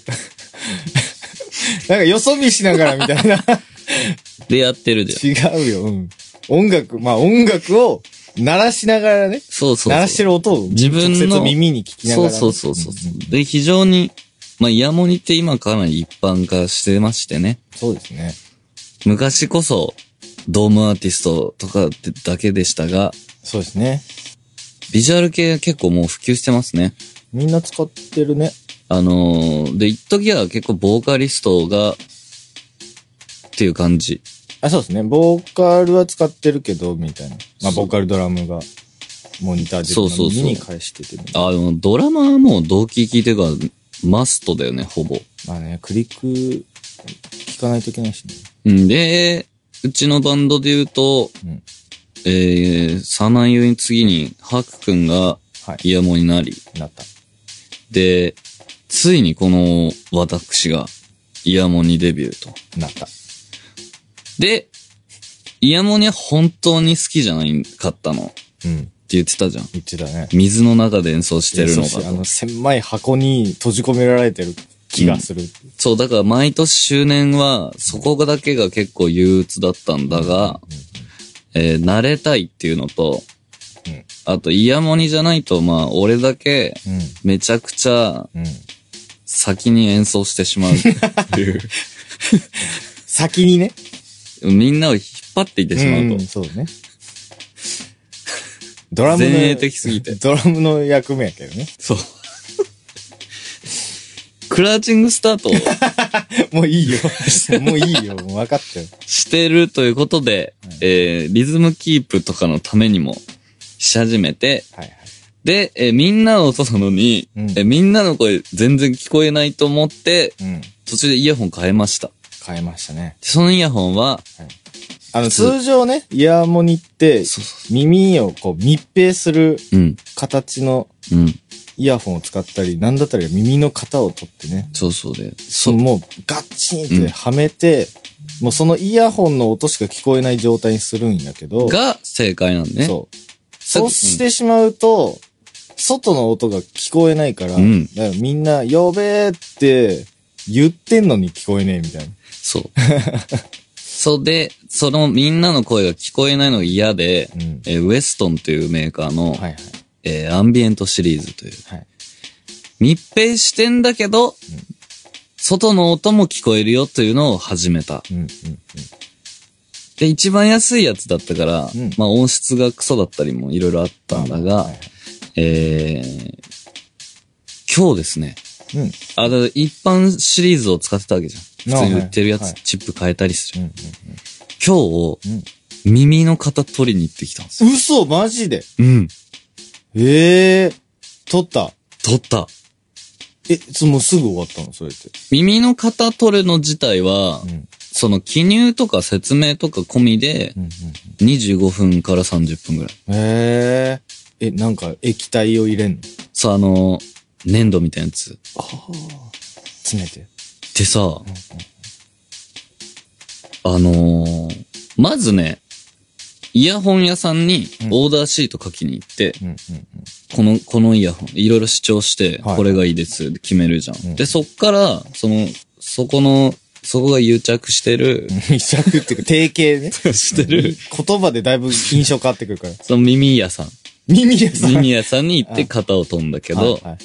Speaker 2: かよそ見しながらみた いな。
Speaker 1: でやってるじゃん。
Speaker 2: 違うよ。うん。音楽、まあ音楽を鳴らしながらね。
Speaker 1: そうそうそう。
Speaker 2: 鳴らしてる音を
Speaker 1: 自分の
Speaker 2: 直接耳に聞きなが
Speaker 1: そう
Speaker 2: ら。
Speaker 1: そうそうそう
Speaker 2: うんうん。
Speaker 1: で、非常に、まあ、イヤモニって今かなり一般化してましてね。
Speaker 2: そうですね。
Speaker 1: 昔こそ、ドームアーティストとかだけでしたが、
Speaker 2: そうですね。
Speaker 1: ビジュアル系結構もう普及してますね。
Speaker 2: みんな使ってるね。
Speaker 1: あのー、で、一時は結構ボーカリストが、っていう感じ。
Speaker 2: あ、そうですね。ボーカルは使ってるけど、みたいな。まあ、
Speaker 1: そう
Speaker 2: ボーカルドラムが、モニターで
Speaker 1: そうそうそう
Speaker 2: 耳に返してて、ね。
Speaker 1: あの、ドラマはもう同期聞いてるから、マストだよね、ほぼ。
Speaker 2: まあね、クリック、聞かないといけないしね。
Speaker 1: うんで、うちのバンドで言うと、
Speaker 2: うん
Speaker 1: えー、サナユに次に、ハクくんが
Speaker 2: は
Speaker 1: イヤモになり、
Speaker 2: い。なった。
Speaker 1: で、ついにこの私がイヤモニデビューと。
Speaker 2: なった。
Speaker 1: で、イヤモニは本当に好きじゃないかったのって
Speaker 2: うん。
Speaker 1: 言ってたじゃん。
Speaker 2: 言ってたね。
Speaker 1: 水の中で演奏してるの
Speaker 2: そうしあ
Speaker 1: が。
Speaker 2: の、狭い箱に閉じ込められてる気がする。
Speaker 1: そう、だから毎年周年は、そこだけが結構憂鬱だったんだが、えー慣れたいっていうのと、
Speaker 2: うん
Speaker 1: あとイヤモニじゃないと、まあ、俺だけ、
Speaker 2: うん。うん。
Speaker 1: めちゃくちゃ
Speaker 2: うん。
Speaker 1: 先に演奏してしまうって いう。
Speaker 2: 先にね。
Speaker 1: みんなを引っ張っていってしまうと。
Speaker 2: んそうね。ドラムの。
Speaker 1: 前衛的すぎて
Speaker 2: ドラムの役目やけどね。
Speaker 1: そう。 クラウチングスタートを
Speaker 2: もういいよ。 もういいよ。もう分かったよ。
Speaker 1: してるということで、えー、リズムキープとかのためにもし始めて、
Speaker 2: はいはい。
Speaker 1: で、えーみんなの音なのに、
Speaker 2: うん
Speaker 1: えーみんなの声全然聞こえないと思って、
Speaker 2: うん。
Speaker 1: 途中でイヤホン変えました。で
Speaker 2: 変えましたね。
Speaker 1: そのイヤホンは、
Speaker 2: あの、
Speaker 1: 普通
Speaker 2: 通常ね、イヤモニって、
Speaker 1: そうそ
Speaker 2: 耳をこう密閉する
Speaker 1: う。うん。
Speaker 2: 形の
Speaker 1: うん。
Speaker 2: イヤホンを使ったり、なんだったら耳の型を取ってね、
Speaker 1: そうそうで。
Speaker 2: そ
Speaker 1: そ
Speaker 2: の
Speaker 1: う。
Speaker 2: もうガッチンっ
Speaker 1: うん
Speaker 2: てはめて、もうそのイヤホンの音しか聞こえない状態にするんやけど、
Speaker 1: が正解なんでね。
Speaker 2: そう。そうしてしまうと、外の音が聞こえないから、
Speaker 1: うん
Speaker 2: だからみんな、やべーって言ってんのに聞こえねえみたいな。
Speaker 1: そう。そうで、そのみんなの声が聞こえないのが嫌で、
Speaker 2: うん。
Speaker 1: えーウェストンというメーカーの、
Speaker 2: はいはい。
Speaker 1: えーアンビエントシリーズという。
Speaker 2: はい。
Speaker 1: 密閉してんだけど、外の音も聞こえるよというのを始めた。
Speaker 2: うんうんうん。
Speaker 1: で、一番安いやつだったから、
Speaker 2: うん
Speaker 1: まあ音質がクソだったりもいろいろあったんだが、
Speaker 2: はいはい
Speaker 1: えー、今日ですね。
Speaker 2: うん。うん
Speaker 1: あ、だから一般シリーズを使ってたわけじゃん。普通に売ってるやつ、
Speaker 2: あはいはい
Speaker 1: チップ変えたりする。
Speaker 2: うん
Speaker 1: 今日、
Speaker 2: うん。
Speaker 1: 耳の型取りに行ってきたんですよ。
Speaker 2: 嘘マジで
Speaker 1: うん。
Speaker 2: ええー、撮った。
Speaker 1: 取った。
Speaker 2: え、そもうすぐ終わったのそれって。
Speaker 1: 耳の型取るの自体は、
Speaker 2: ん。
Speaker 1: その記入とか説明とか込みで、
Speaker 2: うん
Speaker 1: 25分から30分ぐらい。
Speaker 2: うん。ええー。え、なんか液体を入れんの
Speaker 1: さあ、あの、粘土みたいなやつ。
Speaker 2: ああ。詰めて。
Speaker 1: でさ、あのーまずね、イヤホン屋さんに
Speaker 2: うん
Speaker 1: オーダーシート書きに行って、
Speaker 2: うんうんうん。
Speaker 1: この、このイヤホン、いろいろ主張して、
Speaker 2: はい
Speaker 1: これがいいですって決めるじゃん。
Speaker 2: うん
Speaker 1: で、そっから、その、そこの、そこが癒着してる、
Speaker 2: 癒着っていうか、定型ね。
Speaker 1: してる、
Speaker 2: 言葉でだいぶ印象変わってくるから。
Speaker 1: その耳屋さん。
Speaker 2: 耳でさ。
Speaker 1: 耳屋さんに行っ
Speaker 2: は
Speaker 1: て
Speaker 2: い
Speaker 1: 型を取んだけ
Speaker 2: はい
Speaker 1: ど
Speaker 2: はい、はい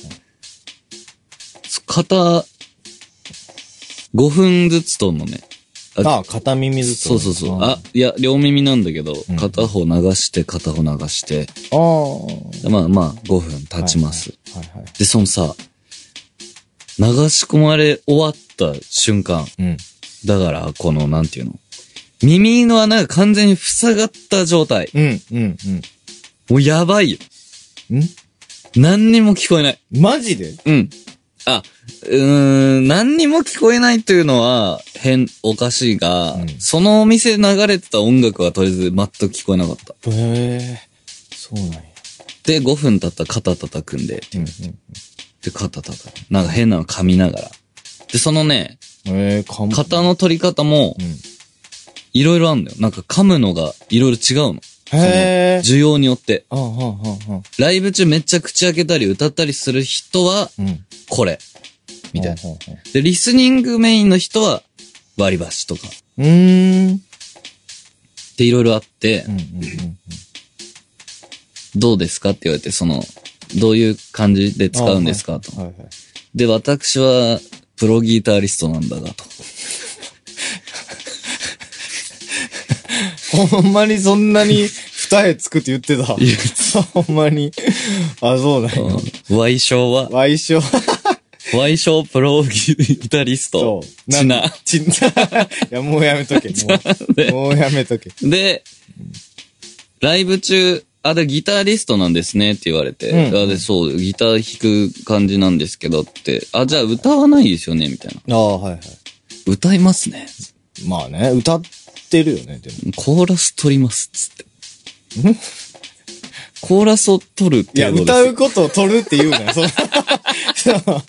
Speaker 1: 型、5分ずつ取んのね。
Speaker 2: ああ、片耳ずつ。
Speaker 1: そうそうそう。
Speaker 2: あ
Speaker 1: あ、いや、両耳なんだけど
Speaker 2: うん、
Speaker 1: 片方流して、片方流して、
Speaker 2: あー。
Speaker 1: まあまあ、5分経ちます。
Speaker 2: はいはい。
Speaker 1: で、そのさ、流し込まれ終わった瞬間、
Speaker 2: うん。
Speaker 1: だから、この、なんていうの耳の穴が完全に塞がった状態。
Speaker 2: うん、うん、
Speaker 1: もうやばいよ。
Speaker 2: うん。ん
Speaker 1: 何にも聞こえない。
Speaker 2: マジで
Speaker 1: うん。あ、うーん、何にも聞こえないというのは、変、おかしいが、
Speaker 2: うん
Speaker 1: そのお店で流れてた音楽はとりあえず全く聞こえなかった。
Speaker 2: へえ。そうなんや。
Speaker 1: で、5分経ったら肩叩くんで、
Speaker 2: うん、うん。
Speaker 1: で、肩叩く。なんか変なの噛みながら。で、そのね、
Speaker 2: えー、かん。
Speaker 1: 型の取り方も
Speaker 2: う、ん。
Speaker 1: いろいろあるんだよ。なんか噛むのがいろいろ違うの。
Speaker 2: へえ。
Speaker 1: 需要によって。
Speaker 2: あ、はあ、はあ、は
Speaker 1: ライブ中めっちゃ口開けたり歌ったりする人は、
Speaker 2: あ。うん。
Speaker 1: これ。みたいな。
Speaker 2: ほうほうほ
Speaker 1: で、リスニングメインの人は、割り箸とか。
Speaker 2: う。うーん。
Speaker 1: っていろいろあって、
Speaker 2: うん、うん、うん。
Speaker 1: どうですかって言われて、その、どういう感じで使うんですかと。
Speaker 2: はいはい。
Speaker 1: で、私は、プロギタリストなんだがと。
Speaker 2: ほんまにそんなに二重つくって言ってた。ほんまに。あ、そうだよ。
Speaker 1: ワイショは、
Speaker 2: 賠償
Speaker 1: ワイショプロギタリスト
Speaker 2: と、、
Speaker 1: ちな。。
Speaker 2: ち な。いや、もうやめとけ。も うもうやめとけ。
Speaker 1: で、ライブ中、あ、で、ギタリストなんですねって言われて、
Speaker 2: うん
Speaker 1: あで、そう、ギター弾く感じなんですけどって、あ、じゃあ歌わないですよねみたいな。
Speaker 2: ああ、はいはい。
Speaker 1: 歌いますね。
Speaker 2: まあね、歌ってるよね、でも。
Speaker 1: コーラス取ります、つって。コーラスを取るっ
Speaker 2: い
Speaker 1: て
Speaker 2: や、
Speaker 1: いうこと
Speaker 2: 歌
Speaker 1: です
Speaker 2: うことを取るって言 うなよ。そのその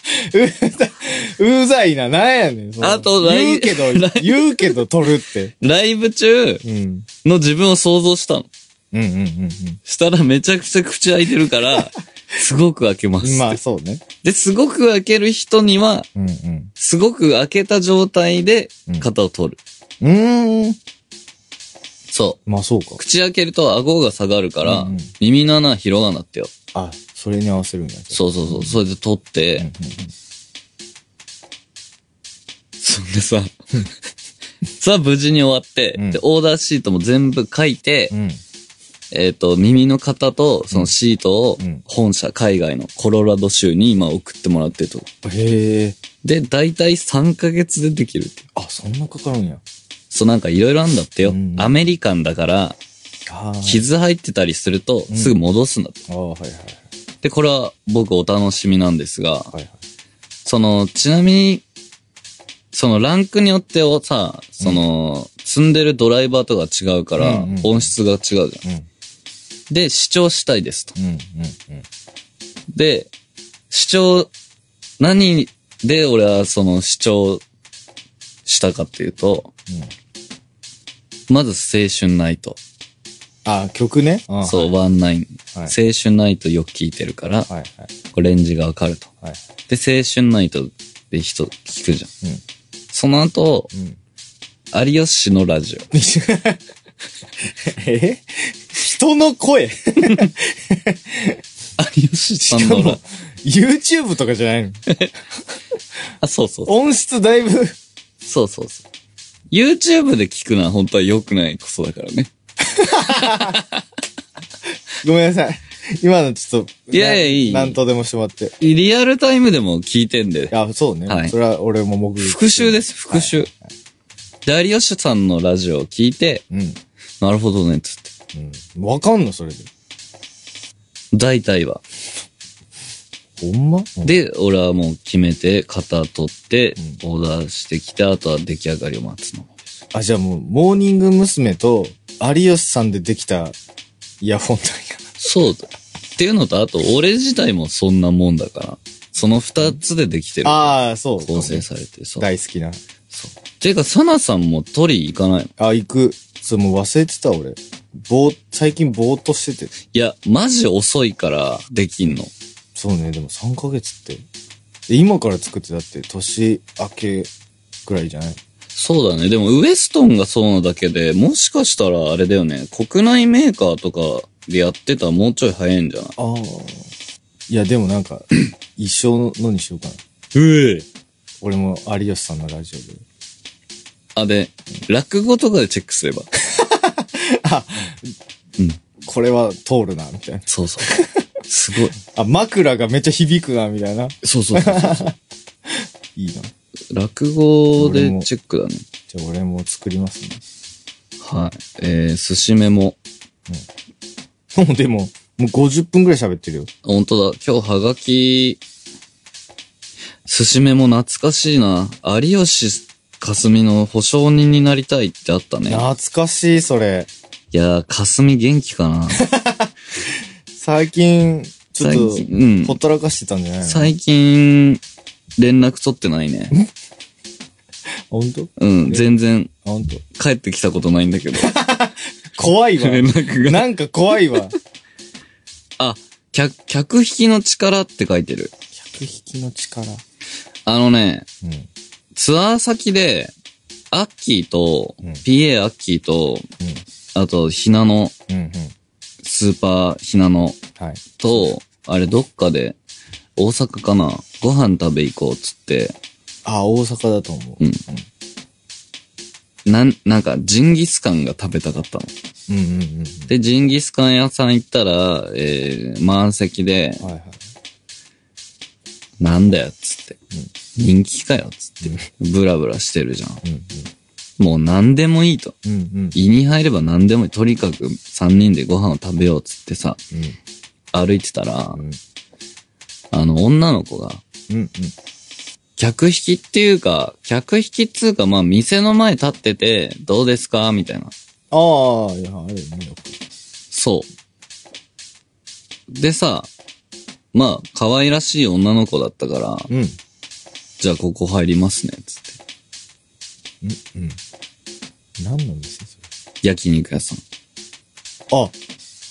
Speaker 2: う、うざいな、なんやねん。その
Speaker 1: あとライ
Speaker 2: 言う けど、言うけど取るって。
Speaker 1: ライブ中
Speaker 2: うん。
Speaker 1: の自分を想像したの。
Speaker 2: うんうんうん
Speaker 1: したらめちゃくちゃ口開いてるから、すごく開けま
Speaker 2: うん。
Speaker 1: す。
Speaker 2: まあ、そうね。
Speaker 1: で、すごく開ける人には、
Speaker 2: うんうん。
Speaker 1: すごく開けた状態で
Speaker 2: うん
Speaker 1: 肩を取る。
Speaker 2: うーん。
Speaker 1: そ
Speaker 2: まあ、そうか
Speaker 1: う。。口開けると顎が下がるから、
Speaker 2: うんうん
Speaker 1: 耳の穴は広がんなってよ。
Speaker 2: あ、それに合わせるんだ。
Speaker 1: そうそうそう。それで取って、
Speaker 2: うんうん
Speaker 1: そんでさ、 さあ無事に終わって、
Speaker 2: うん
Speaker 1: で、オーダーシートも全部書いて、
Speaker 2: うん。うん。
Speaker 1: えっ、と、耳の型とそのシートを
Speaker 2: うん
Speaker 1: 本社、海外のコロラド州に今送ってもらってると。
Speaker 2: へえ。
Speaker 1: で、大体3ヶ月でできるって。
Speaker 2: あ、そんなかかるんや。
Speaker 1: そうなんかいろいろあんだってよ。
Speaker 2: うん
Speaker 1: アメリカンだから、
Speaker 2: あー
Speaker 1: 傷入ってたりすると
Speaker 2: ん
Speaker 1: すぐ戻すんだって。
Speaker 2: あー、はいはい
Speaker 1: で、これは僕お楽しみなんですが、
Speaker 2: はいはい。
Speaker 1: その、ちなみに、そのランクによってをさ、その、積んでるドライバーとか違うから
Speaker 2: うんうん、
Speaker 1: 音質が違うじゃん。
Speaker 2: うん。
Speaker 1: で、視聴したいですと。
Speaker 2: うんうんうん。
Speaker 1: で、視聴、何で俺はその視聴したかっていうと、まず青春ナイト。
Speaker 2: あ、曲ね。あー
Speaker 1: そう、ワンナイン。
Speaker 2: は
Speaker 1: 青
Speaker 2: い
Speaker 1: 春ナイトよく聞いてるから、
Speaker 2: はいはい
Speaker 1: こうレンジがわかると。
Speaker 2: はい。
Speaker 1: で、青春ナイトで人聞くじゃん。その後、
Speaker 2: うん。うん。
Speaker 1: 有吉のラジオ。
Speaker 2: え人の声
Speaker 1: 有吉
Speaker 2: し
Speaker 1: さ
Speaker 2: か
Speaker 1: んのラ
Speaker 2: も、YouTube とかじゃないの
Speaker 1: あ、そうそう。
Speaker 2: 音質だいぶ、
Speaker 1: そうそうそう。YouTube で聞くのは本当は良くないことだからね。
Speaker 2: ごめんなさい。今のちょっと、
Speaker 1: いやいやいい
Speaker 2: ななんとでもしてもらって。い
Speaker 1: リアルタイムでも聞いてんで。
Speaker 2: や、そうね。
Speaker 1: はい
Speaker 2: それは俺も目撃。
Speaker 1: 復習です、復習。で、有吉さんのラジオを聞いて、
Speaker 2: うん。
Speaker 1: なるほどね、つって。
Speaker 2: うん。わかんのそれで。
Speaker 1: 大体は。
Speaker 2: ほんまうん
Speaker 1: で、俺はもう決めて、型取って、
Speaker 2: う
Speaker 1: オーダーしてきて、あとは出来上がりを待つの。
Speaker 2: あ、じゃあもう、モーニング娘。と、有吉さんでできたイヤ ホンなんや。
Speaker 1: そうだ。っていうのと、あと、俺自体もそんなもんだから、その二つでできてる。
Speaker 2: ああ、そう。
Speaker 1: 構成されて、そう。
Speaker 2: 大好きな。
Speaker 1: ていうか、サナさんも取り行かないの
Speaker 2: あ、行く。そう、もう忘れてた、俺。ぼー、最近ぼーっとしてて。
Speaker 1: いや、マジ遅いから、できんの。
Speaker 2: そうね、でも3ヶ月って。で今から作ってだって、年明けぐらいじゃない
Speaker 1: そうだね。でも、ウエストンがそうなだけで、もしかしたらあれだよね。国内メーカーとかでやってたらもうちょい早いんじゃない
Speaker 2: ああ。いや、でもなんか、 一生のにしようかな。
Speaker 1: うえ
Speaker 2: 俺も有吉さんのラジオで。
Speaker 1: あ、で、落語とかでチェックすれば。
Speaker 2: これは通るな、みたいな。
Speaker 1: そう そう。すごい。
Speaker 2: あ、枕がめっちゃ響くな、みたいな。
Speaker 1: そうそうそうそう。
Speaker 2: いいな。じ
Speaker 1: 落語でチェックだね。
Speaker 2: ゃあ俺も作ります
Speaker 1: はい。えー、寿司メモ。
Speaker 2: ね。 もうでも、もう50分ぐらい喋ってるよ。
Speaker 1: 本当だ。今日はがき、寿司メモ懐かしいな。有吉かすみの保証人になりたいってあったね。
Speaker 2: 懐かしい、それ。
Speaker 1: いやー、かすみ元気かな。
Speaker 2: 最近、 ちょっと、
Speaker 1: 最近うん
Speaker 2: ほったらかしてたんじゃないの
Speaker 1: 最近、連絡取ってないね。
Speaker 2: 本当
Speaker 1: うん、全然、
Speaker 2: 本当
Speaker 1: 帰ってきたことないんだけ ど。
Speaker 2: 怖いわ。
Speaker 1: 連絡が。
Speaker 2: なんか怖いわ。
Speaker 1: あ、客、客引きの力って書いてる。
Speaker 2: 客引きの力。う
Speaker 1: あのね、
Speaker 2: ん。
Speaker 1: ツアー先で、アッキーと、
Speaker 2: うん
Speaker 1: PA アッキーと、
Speaker 2: う
Speaker 1: あと、ひなの、
Speaker 2: ん。うん。うん。
Speaker 1: スーパーひなの
Speaker 2: はい。
Speaker 1: と、あれどっかで、大阪かなご飯食べ行こうっつって、
Speaker 2: あ、大阪だと思う。
Speaker 1: うんなん、なんか、ジンギスカンが食べたかったの。
Speaker 2: うんうんうん
Speaker 1: で、ジンギスカン屋さん行ったら、えー、満席で
Speaker 2: うん。、はいはい。
Speaker 1: なんだよ、っつって。人気かよ、っつって。ブラブラしてるじゃん。
Speaker 2: うん
Speaker 1: もう何でもいいと。
Speaker 2: うん。うんうん。
Speaker 1: 胃に入れば何でもいい。とにかく3人でご飯を食べようっつってさ、歩いてたら、
Speaker 2: うん。
Speaker 1: あの女の子が、
Speaker 2: うんうん。
Speaker 1: 客引きっていうか、客引きっつうか、まあ店の前立ってて、どうですかみたいな。
Speaker 2: ああ、いや、あれね。
Speaker 1: そう。でさ、まあ、可愛らしい女の子だったから、
Speaker 2: うん。うん。
Speaker 1: じゃあここ入りますね、つって。
Speaker 2: うん。何の店それ
Speaker 1: 焼肉屋さん。
Speaker 2: あ、は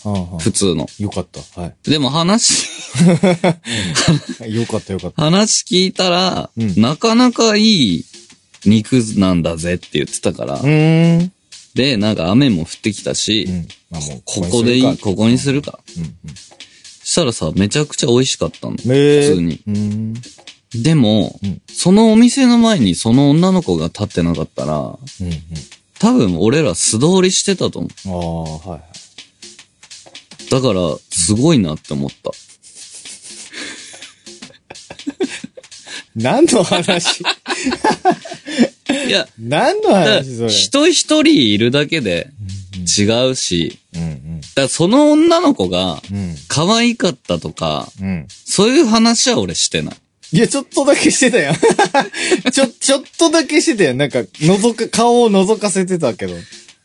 Speaker 2: あは
Speaker 1: 普通の。
Speaker 2: あ。よかった。は
Speaker 1: でも話、
Speaker 2: い。よかったよかった。
Speaker 1: 話聞いたら、
Speaker 2: うん
Speaker 1: なかなかいい肉なんだぜって言ってたから、
Speaker 2: うーん。
Speaker 1: で、なんか雨も降ってきたし、
Speaker 2: うん。まあもう、
Speaker 1: ここでいい、ここにするか。
Speaker 2: うんうん。
Speaker 1: したらさ、めちゃくちゃ美味しかったの。
Speaker 2: ええ。
Speaker 1: 普通に。
Speaker 2: うーん。
Speaker 1: でも、
Speaker 2: うん
Speaker 1: そのお店の前にその女の子が立ってなかったら、
Speaker 2: うんうん。
Speaker 1: 多分俺ら素通りしてたと思う。
Speaker 2: ああ、はいはい。
Speaker 1: だから、すごいなって思った。
Speaker 2: 何の話
Speaker 1: いや、
Speaker 2: 何
Speaker 1: だ
Speaker 2: の
Speaker 1: から
Speaker 2: 話それ。
Speaker 1: 人一人いるだけで違うし、
Speaker 2: うんうん。
Speaker 1: だからその女の子が
Speaker 2: うん。
Speaker 1: 可愛かったとか、
Speaker 2: うん。
Speaker 1: そういう話は俺してない。
Speaker 2: いや、ちょっとだけしてたやん。 ちょ、ちょっとだけしてたやん。なんか、覗か、顔を覗かせてたけど。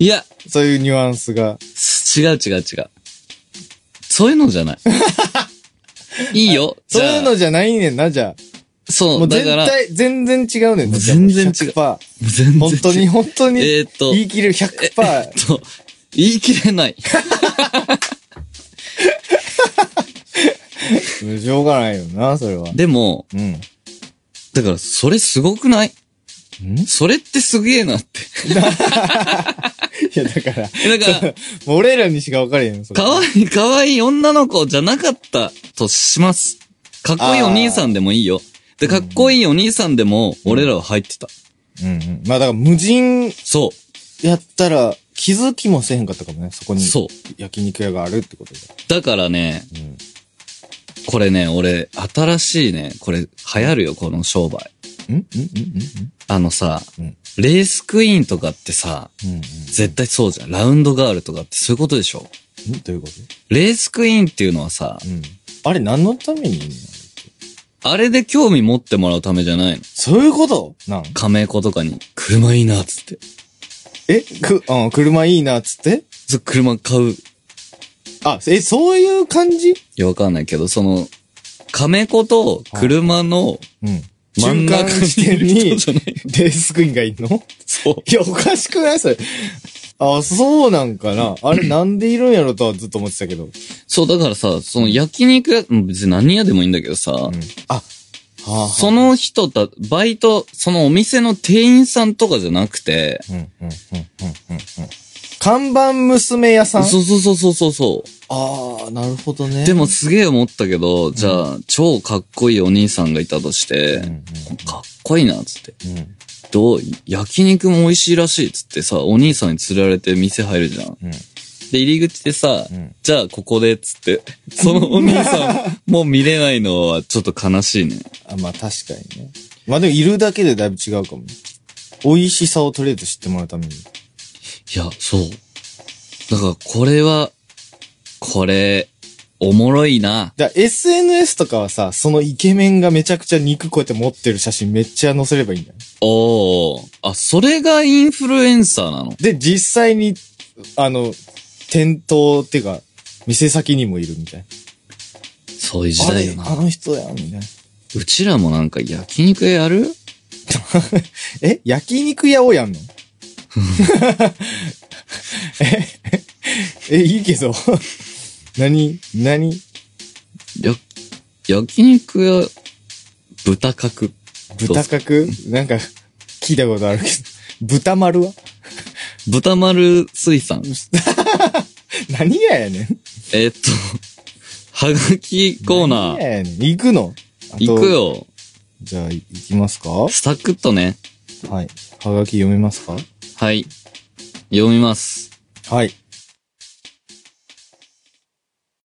Speaker 1: いや、
Speaker 2: そういうニュアンスが。
Speaker 1: 違う違う違う。そういうのじ ゃない。いいよ。
Speaker 2: そういうの
Speaker 1: じゃ
Speaker 2: じゃないねんな、じ
Speaker 1: あ
Speaker 2: ゃあ。
Speaker 1: そ
Speaker 2: も
Speaker 1: う、
Speaker 2: う
Speaker 1: だ
Speaker 2: 絶
Speaker 1: から、
Speaker 2: 対、全然違うねんな。じゃあ
Speaker 1: 全然違う
Speaker 2: 100%本
Speaker 1: 全然違う
Speaker 2: 当に、本当に。
Speaker 1: えーっと
Speaker 2: 言い切れる100%。
Speaker 1: そう言い切れない。
Speaker 2: しょうがないよな、それは。
Speaker 1: でも、
Speaker 2: うん。
Speaker 1: だから、それすごくない
Speaker 2: ん
Speaker 1: それってすげえなって。
Speaker 2: いや、だから、
Speaker 1: だから、
Speaker 2: もう俺らにしか分かれへん、それ。
Speaker 1: かわいい、かわいい女の子じゃなかったとします。かっこいいお兄さんでもいいよ。で、かっこいいお兄さんでも、俺らは入ってた。
Speaker 2: うんうん。まあ、だから、無人
Speaker 1: そ
Speaker 2: やったら、気づきもせえへんかったかもね、そこ
Speaker 1: う。
Speaker 2: に。
Speaker 1: そう。
Speaker 2: 焼肉屋があるってことで。
Speaker 1: だからね、
Speaker 2: うん。
Speaker 1: これね、俺、新しいね、これ、流行るよ、この商売。
Speaker 2: うんうんう
Speaker 1: あのさ、
Speaker 2: んうん
Speaker 1: レースクイーンとかってさ、
Speaker 2: うん。うん。
Speaker 1: 絶対そうじゃん。ラウンドガールとかってそういうことでしょ
Speaker 2: んどういうこと
Speaker 1: レースクイーンっていうのはさ、
Speaker 2: うん。あれ何のためにいんの
Speaker 1: あれで興味持ってもらうためじゃないの。
Speaker 2: そういうことなん
Speaker 1: 亀子とかに、車いいな、つって。
Speaker 2: えく、うん、車いいな、っつって
Speaker 1: そ車買う。い
Speaker 2: あ、え、そういう感じ
Speaker 1: や、わかんないけど、その、亀子と車の
Speaker 2: うん。
Speaker 1: 真ん
Speaker 2: 中
Speaker 1: 中
Speaker 2: 間地
Speaker 1: にい
Speaker 2: 点
Speaker 1: る人、
Speaker 2: に
Speaker 1: じゃない。
Speaker 2: デスクイーンがいんの
Speaker 1: そう。
Speaker 2: いや、おかしくないそれ。あ、そうなんかな。あれなんでいるんやろとはずっと思ってたけど。
Speaker 1: そう、だからさ、その焼肉屋、うん別に何屋でもいいんだけどさ、
Speaker 2: あ、はあ、はあ、
Speaker 1: その人た、バイト、そのお店の店員さんとかじゃなくて、
Speaker 2: うん、うん、うん、うん、うん。看板娘屋さん
Speaker 1: そうそうそうそうそうそ
Speaker 2: ああ、なるほど
Speaker 1: う。
Speaker 2: ね。
Speaker 1: でもすげえ思ったけど、じゃあ、超かっこいいお兄さんがいたとして、
Speaker 2: うん、
Speaker 1: かっこいいな、つって。
Speaker 2: うん、うん、
Speaker 1: どう焼肉も美味しいらしい、つってさ、お兄さんに連れられて店入るじゃん。
Speaker 2: うん。
Speaker 1: で、入り口でさ、
Speaker 2: うん
Speaker 1: じゃあここで、つって、 そのお兄さん、もう見れないのはちょっと悲しいね。
Speaker 2: あ、まあ確かにね。まあでもいるだけでだいぶ違うかもね。美味しさをとりあえず知ってもらうために。
Speaker 1: いや、そう。だから、これは、これ、おもろいな。
Speaker 2: だから SNS とかはさ、そのイケメンがめちゃくちゃ肉こうやって持ってる写真めっちゃ載せればいいんだよ。
Speaker 1: おー。あ、それがインフルエンサーなの
Speaker 2: で、実際に、あの、店頭っていうか、店先にもいるみたいな。
Speaker 1: そういう時
Speaker 2: あ
Speaker 1: 代
Speaker 2: れ
Speaker 1: よ、
Speaker 2: あ
Speaker 1: な。
Speaker 2: の人や、みたいな。
Speaker 1: うちらもなんか焼肉屋やる
Speaker 2: え焼肉屋を やんのえ、え、いいけど。何何
Speaker 1: や焼肉屋、豚角。
Speaker 2: 豚角なんか、聞いたことあるけど。豚丸は
Speaker 1: 豚丸水産。
Speaker 2: 何がやねん。
Speaker 1: えっと、はがきコーナ
Speaker 2: 何が
Speaker 1: ー。
Speaker 2: やねん。行くのあと
Speaker 1: 行くよ。
Speaker 2: じゃあ、行きますかは
Speaker 1: サクッとね。
Speaker 2: い。はがき読めますか
Speaker 1: はい。読みます。
Speaker 2: はい。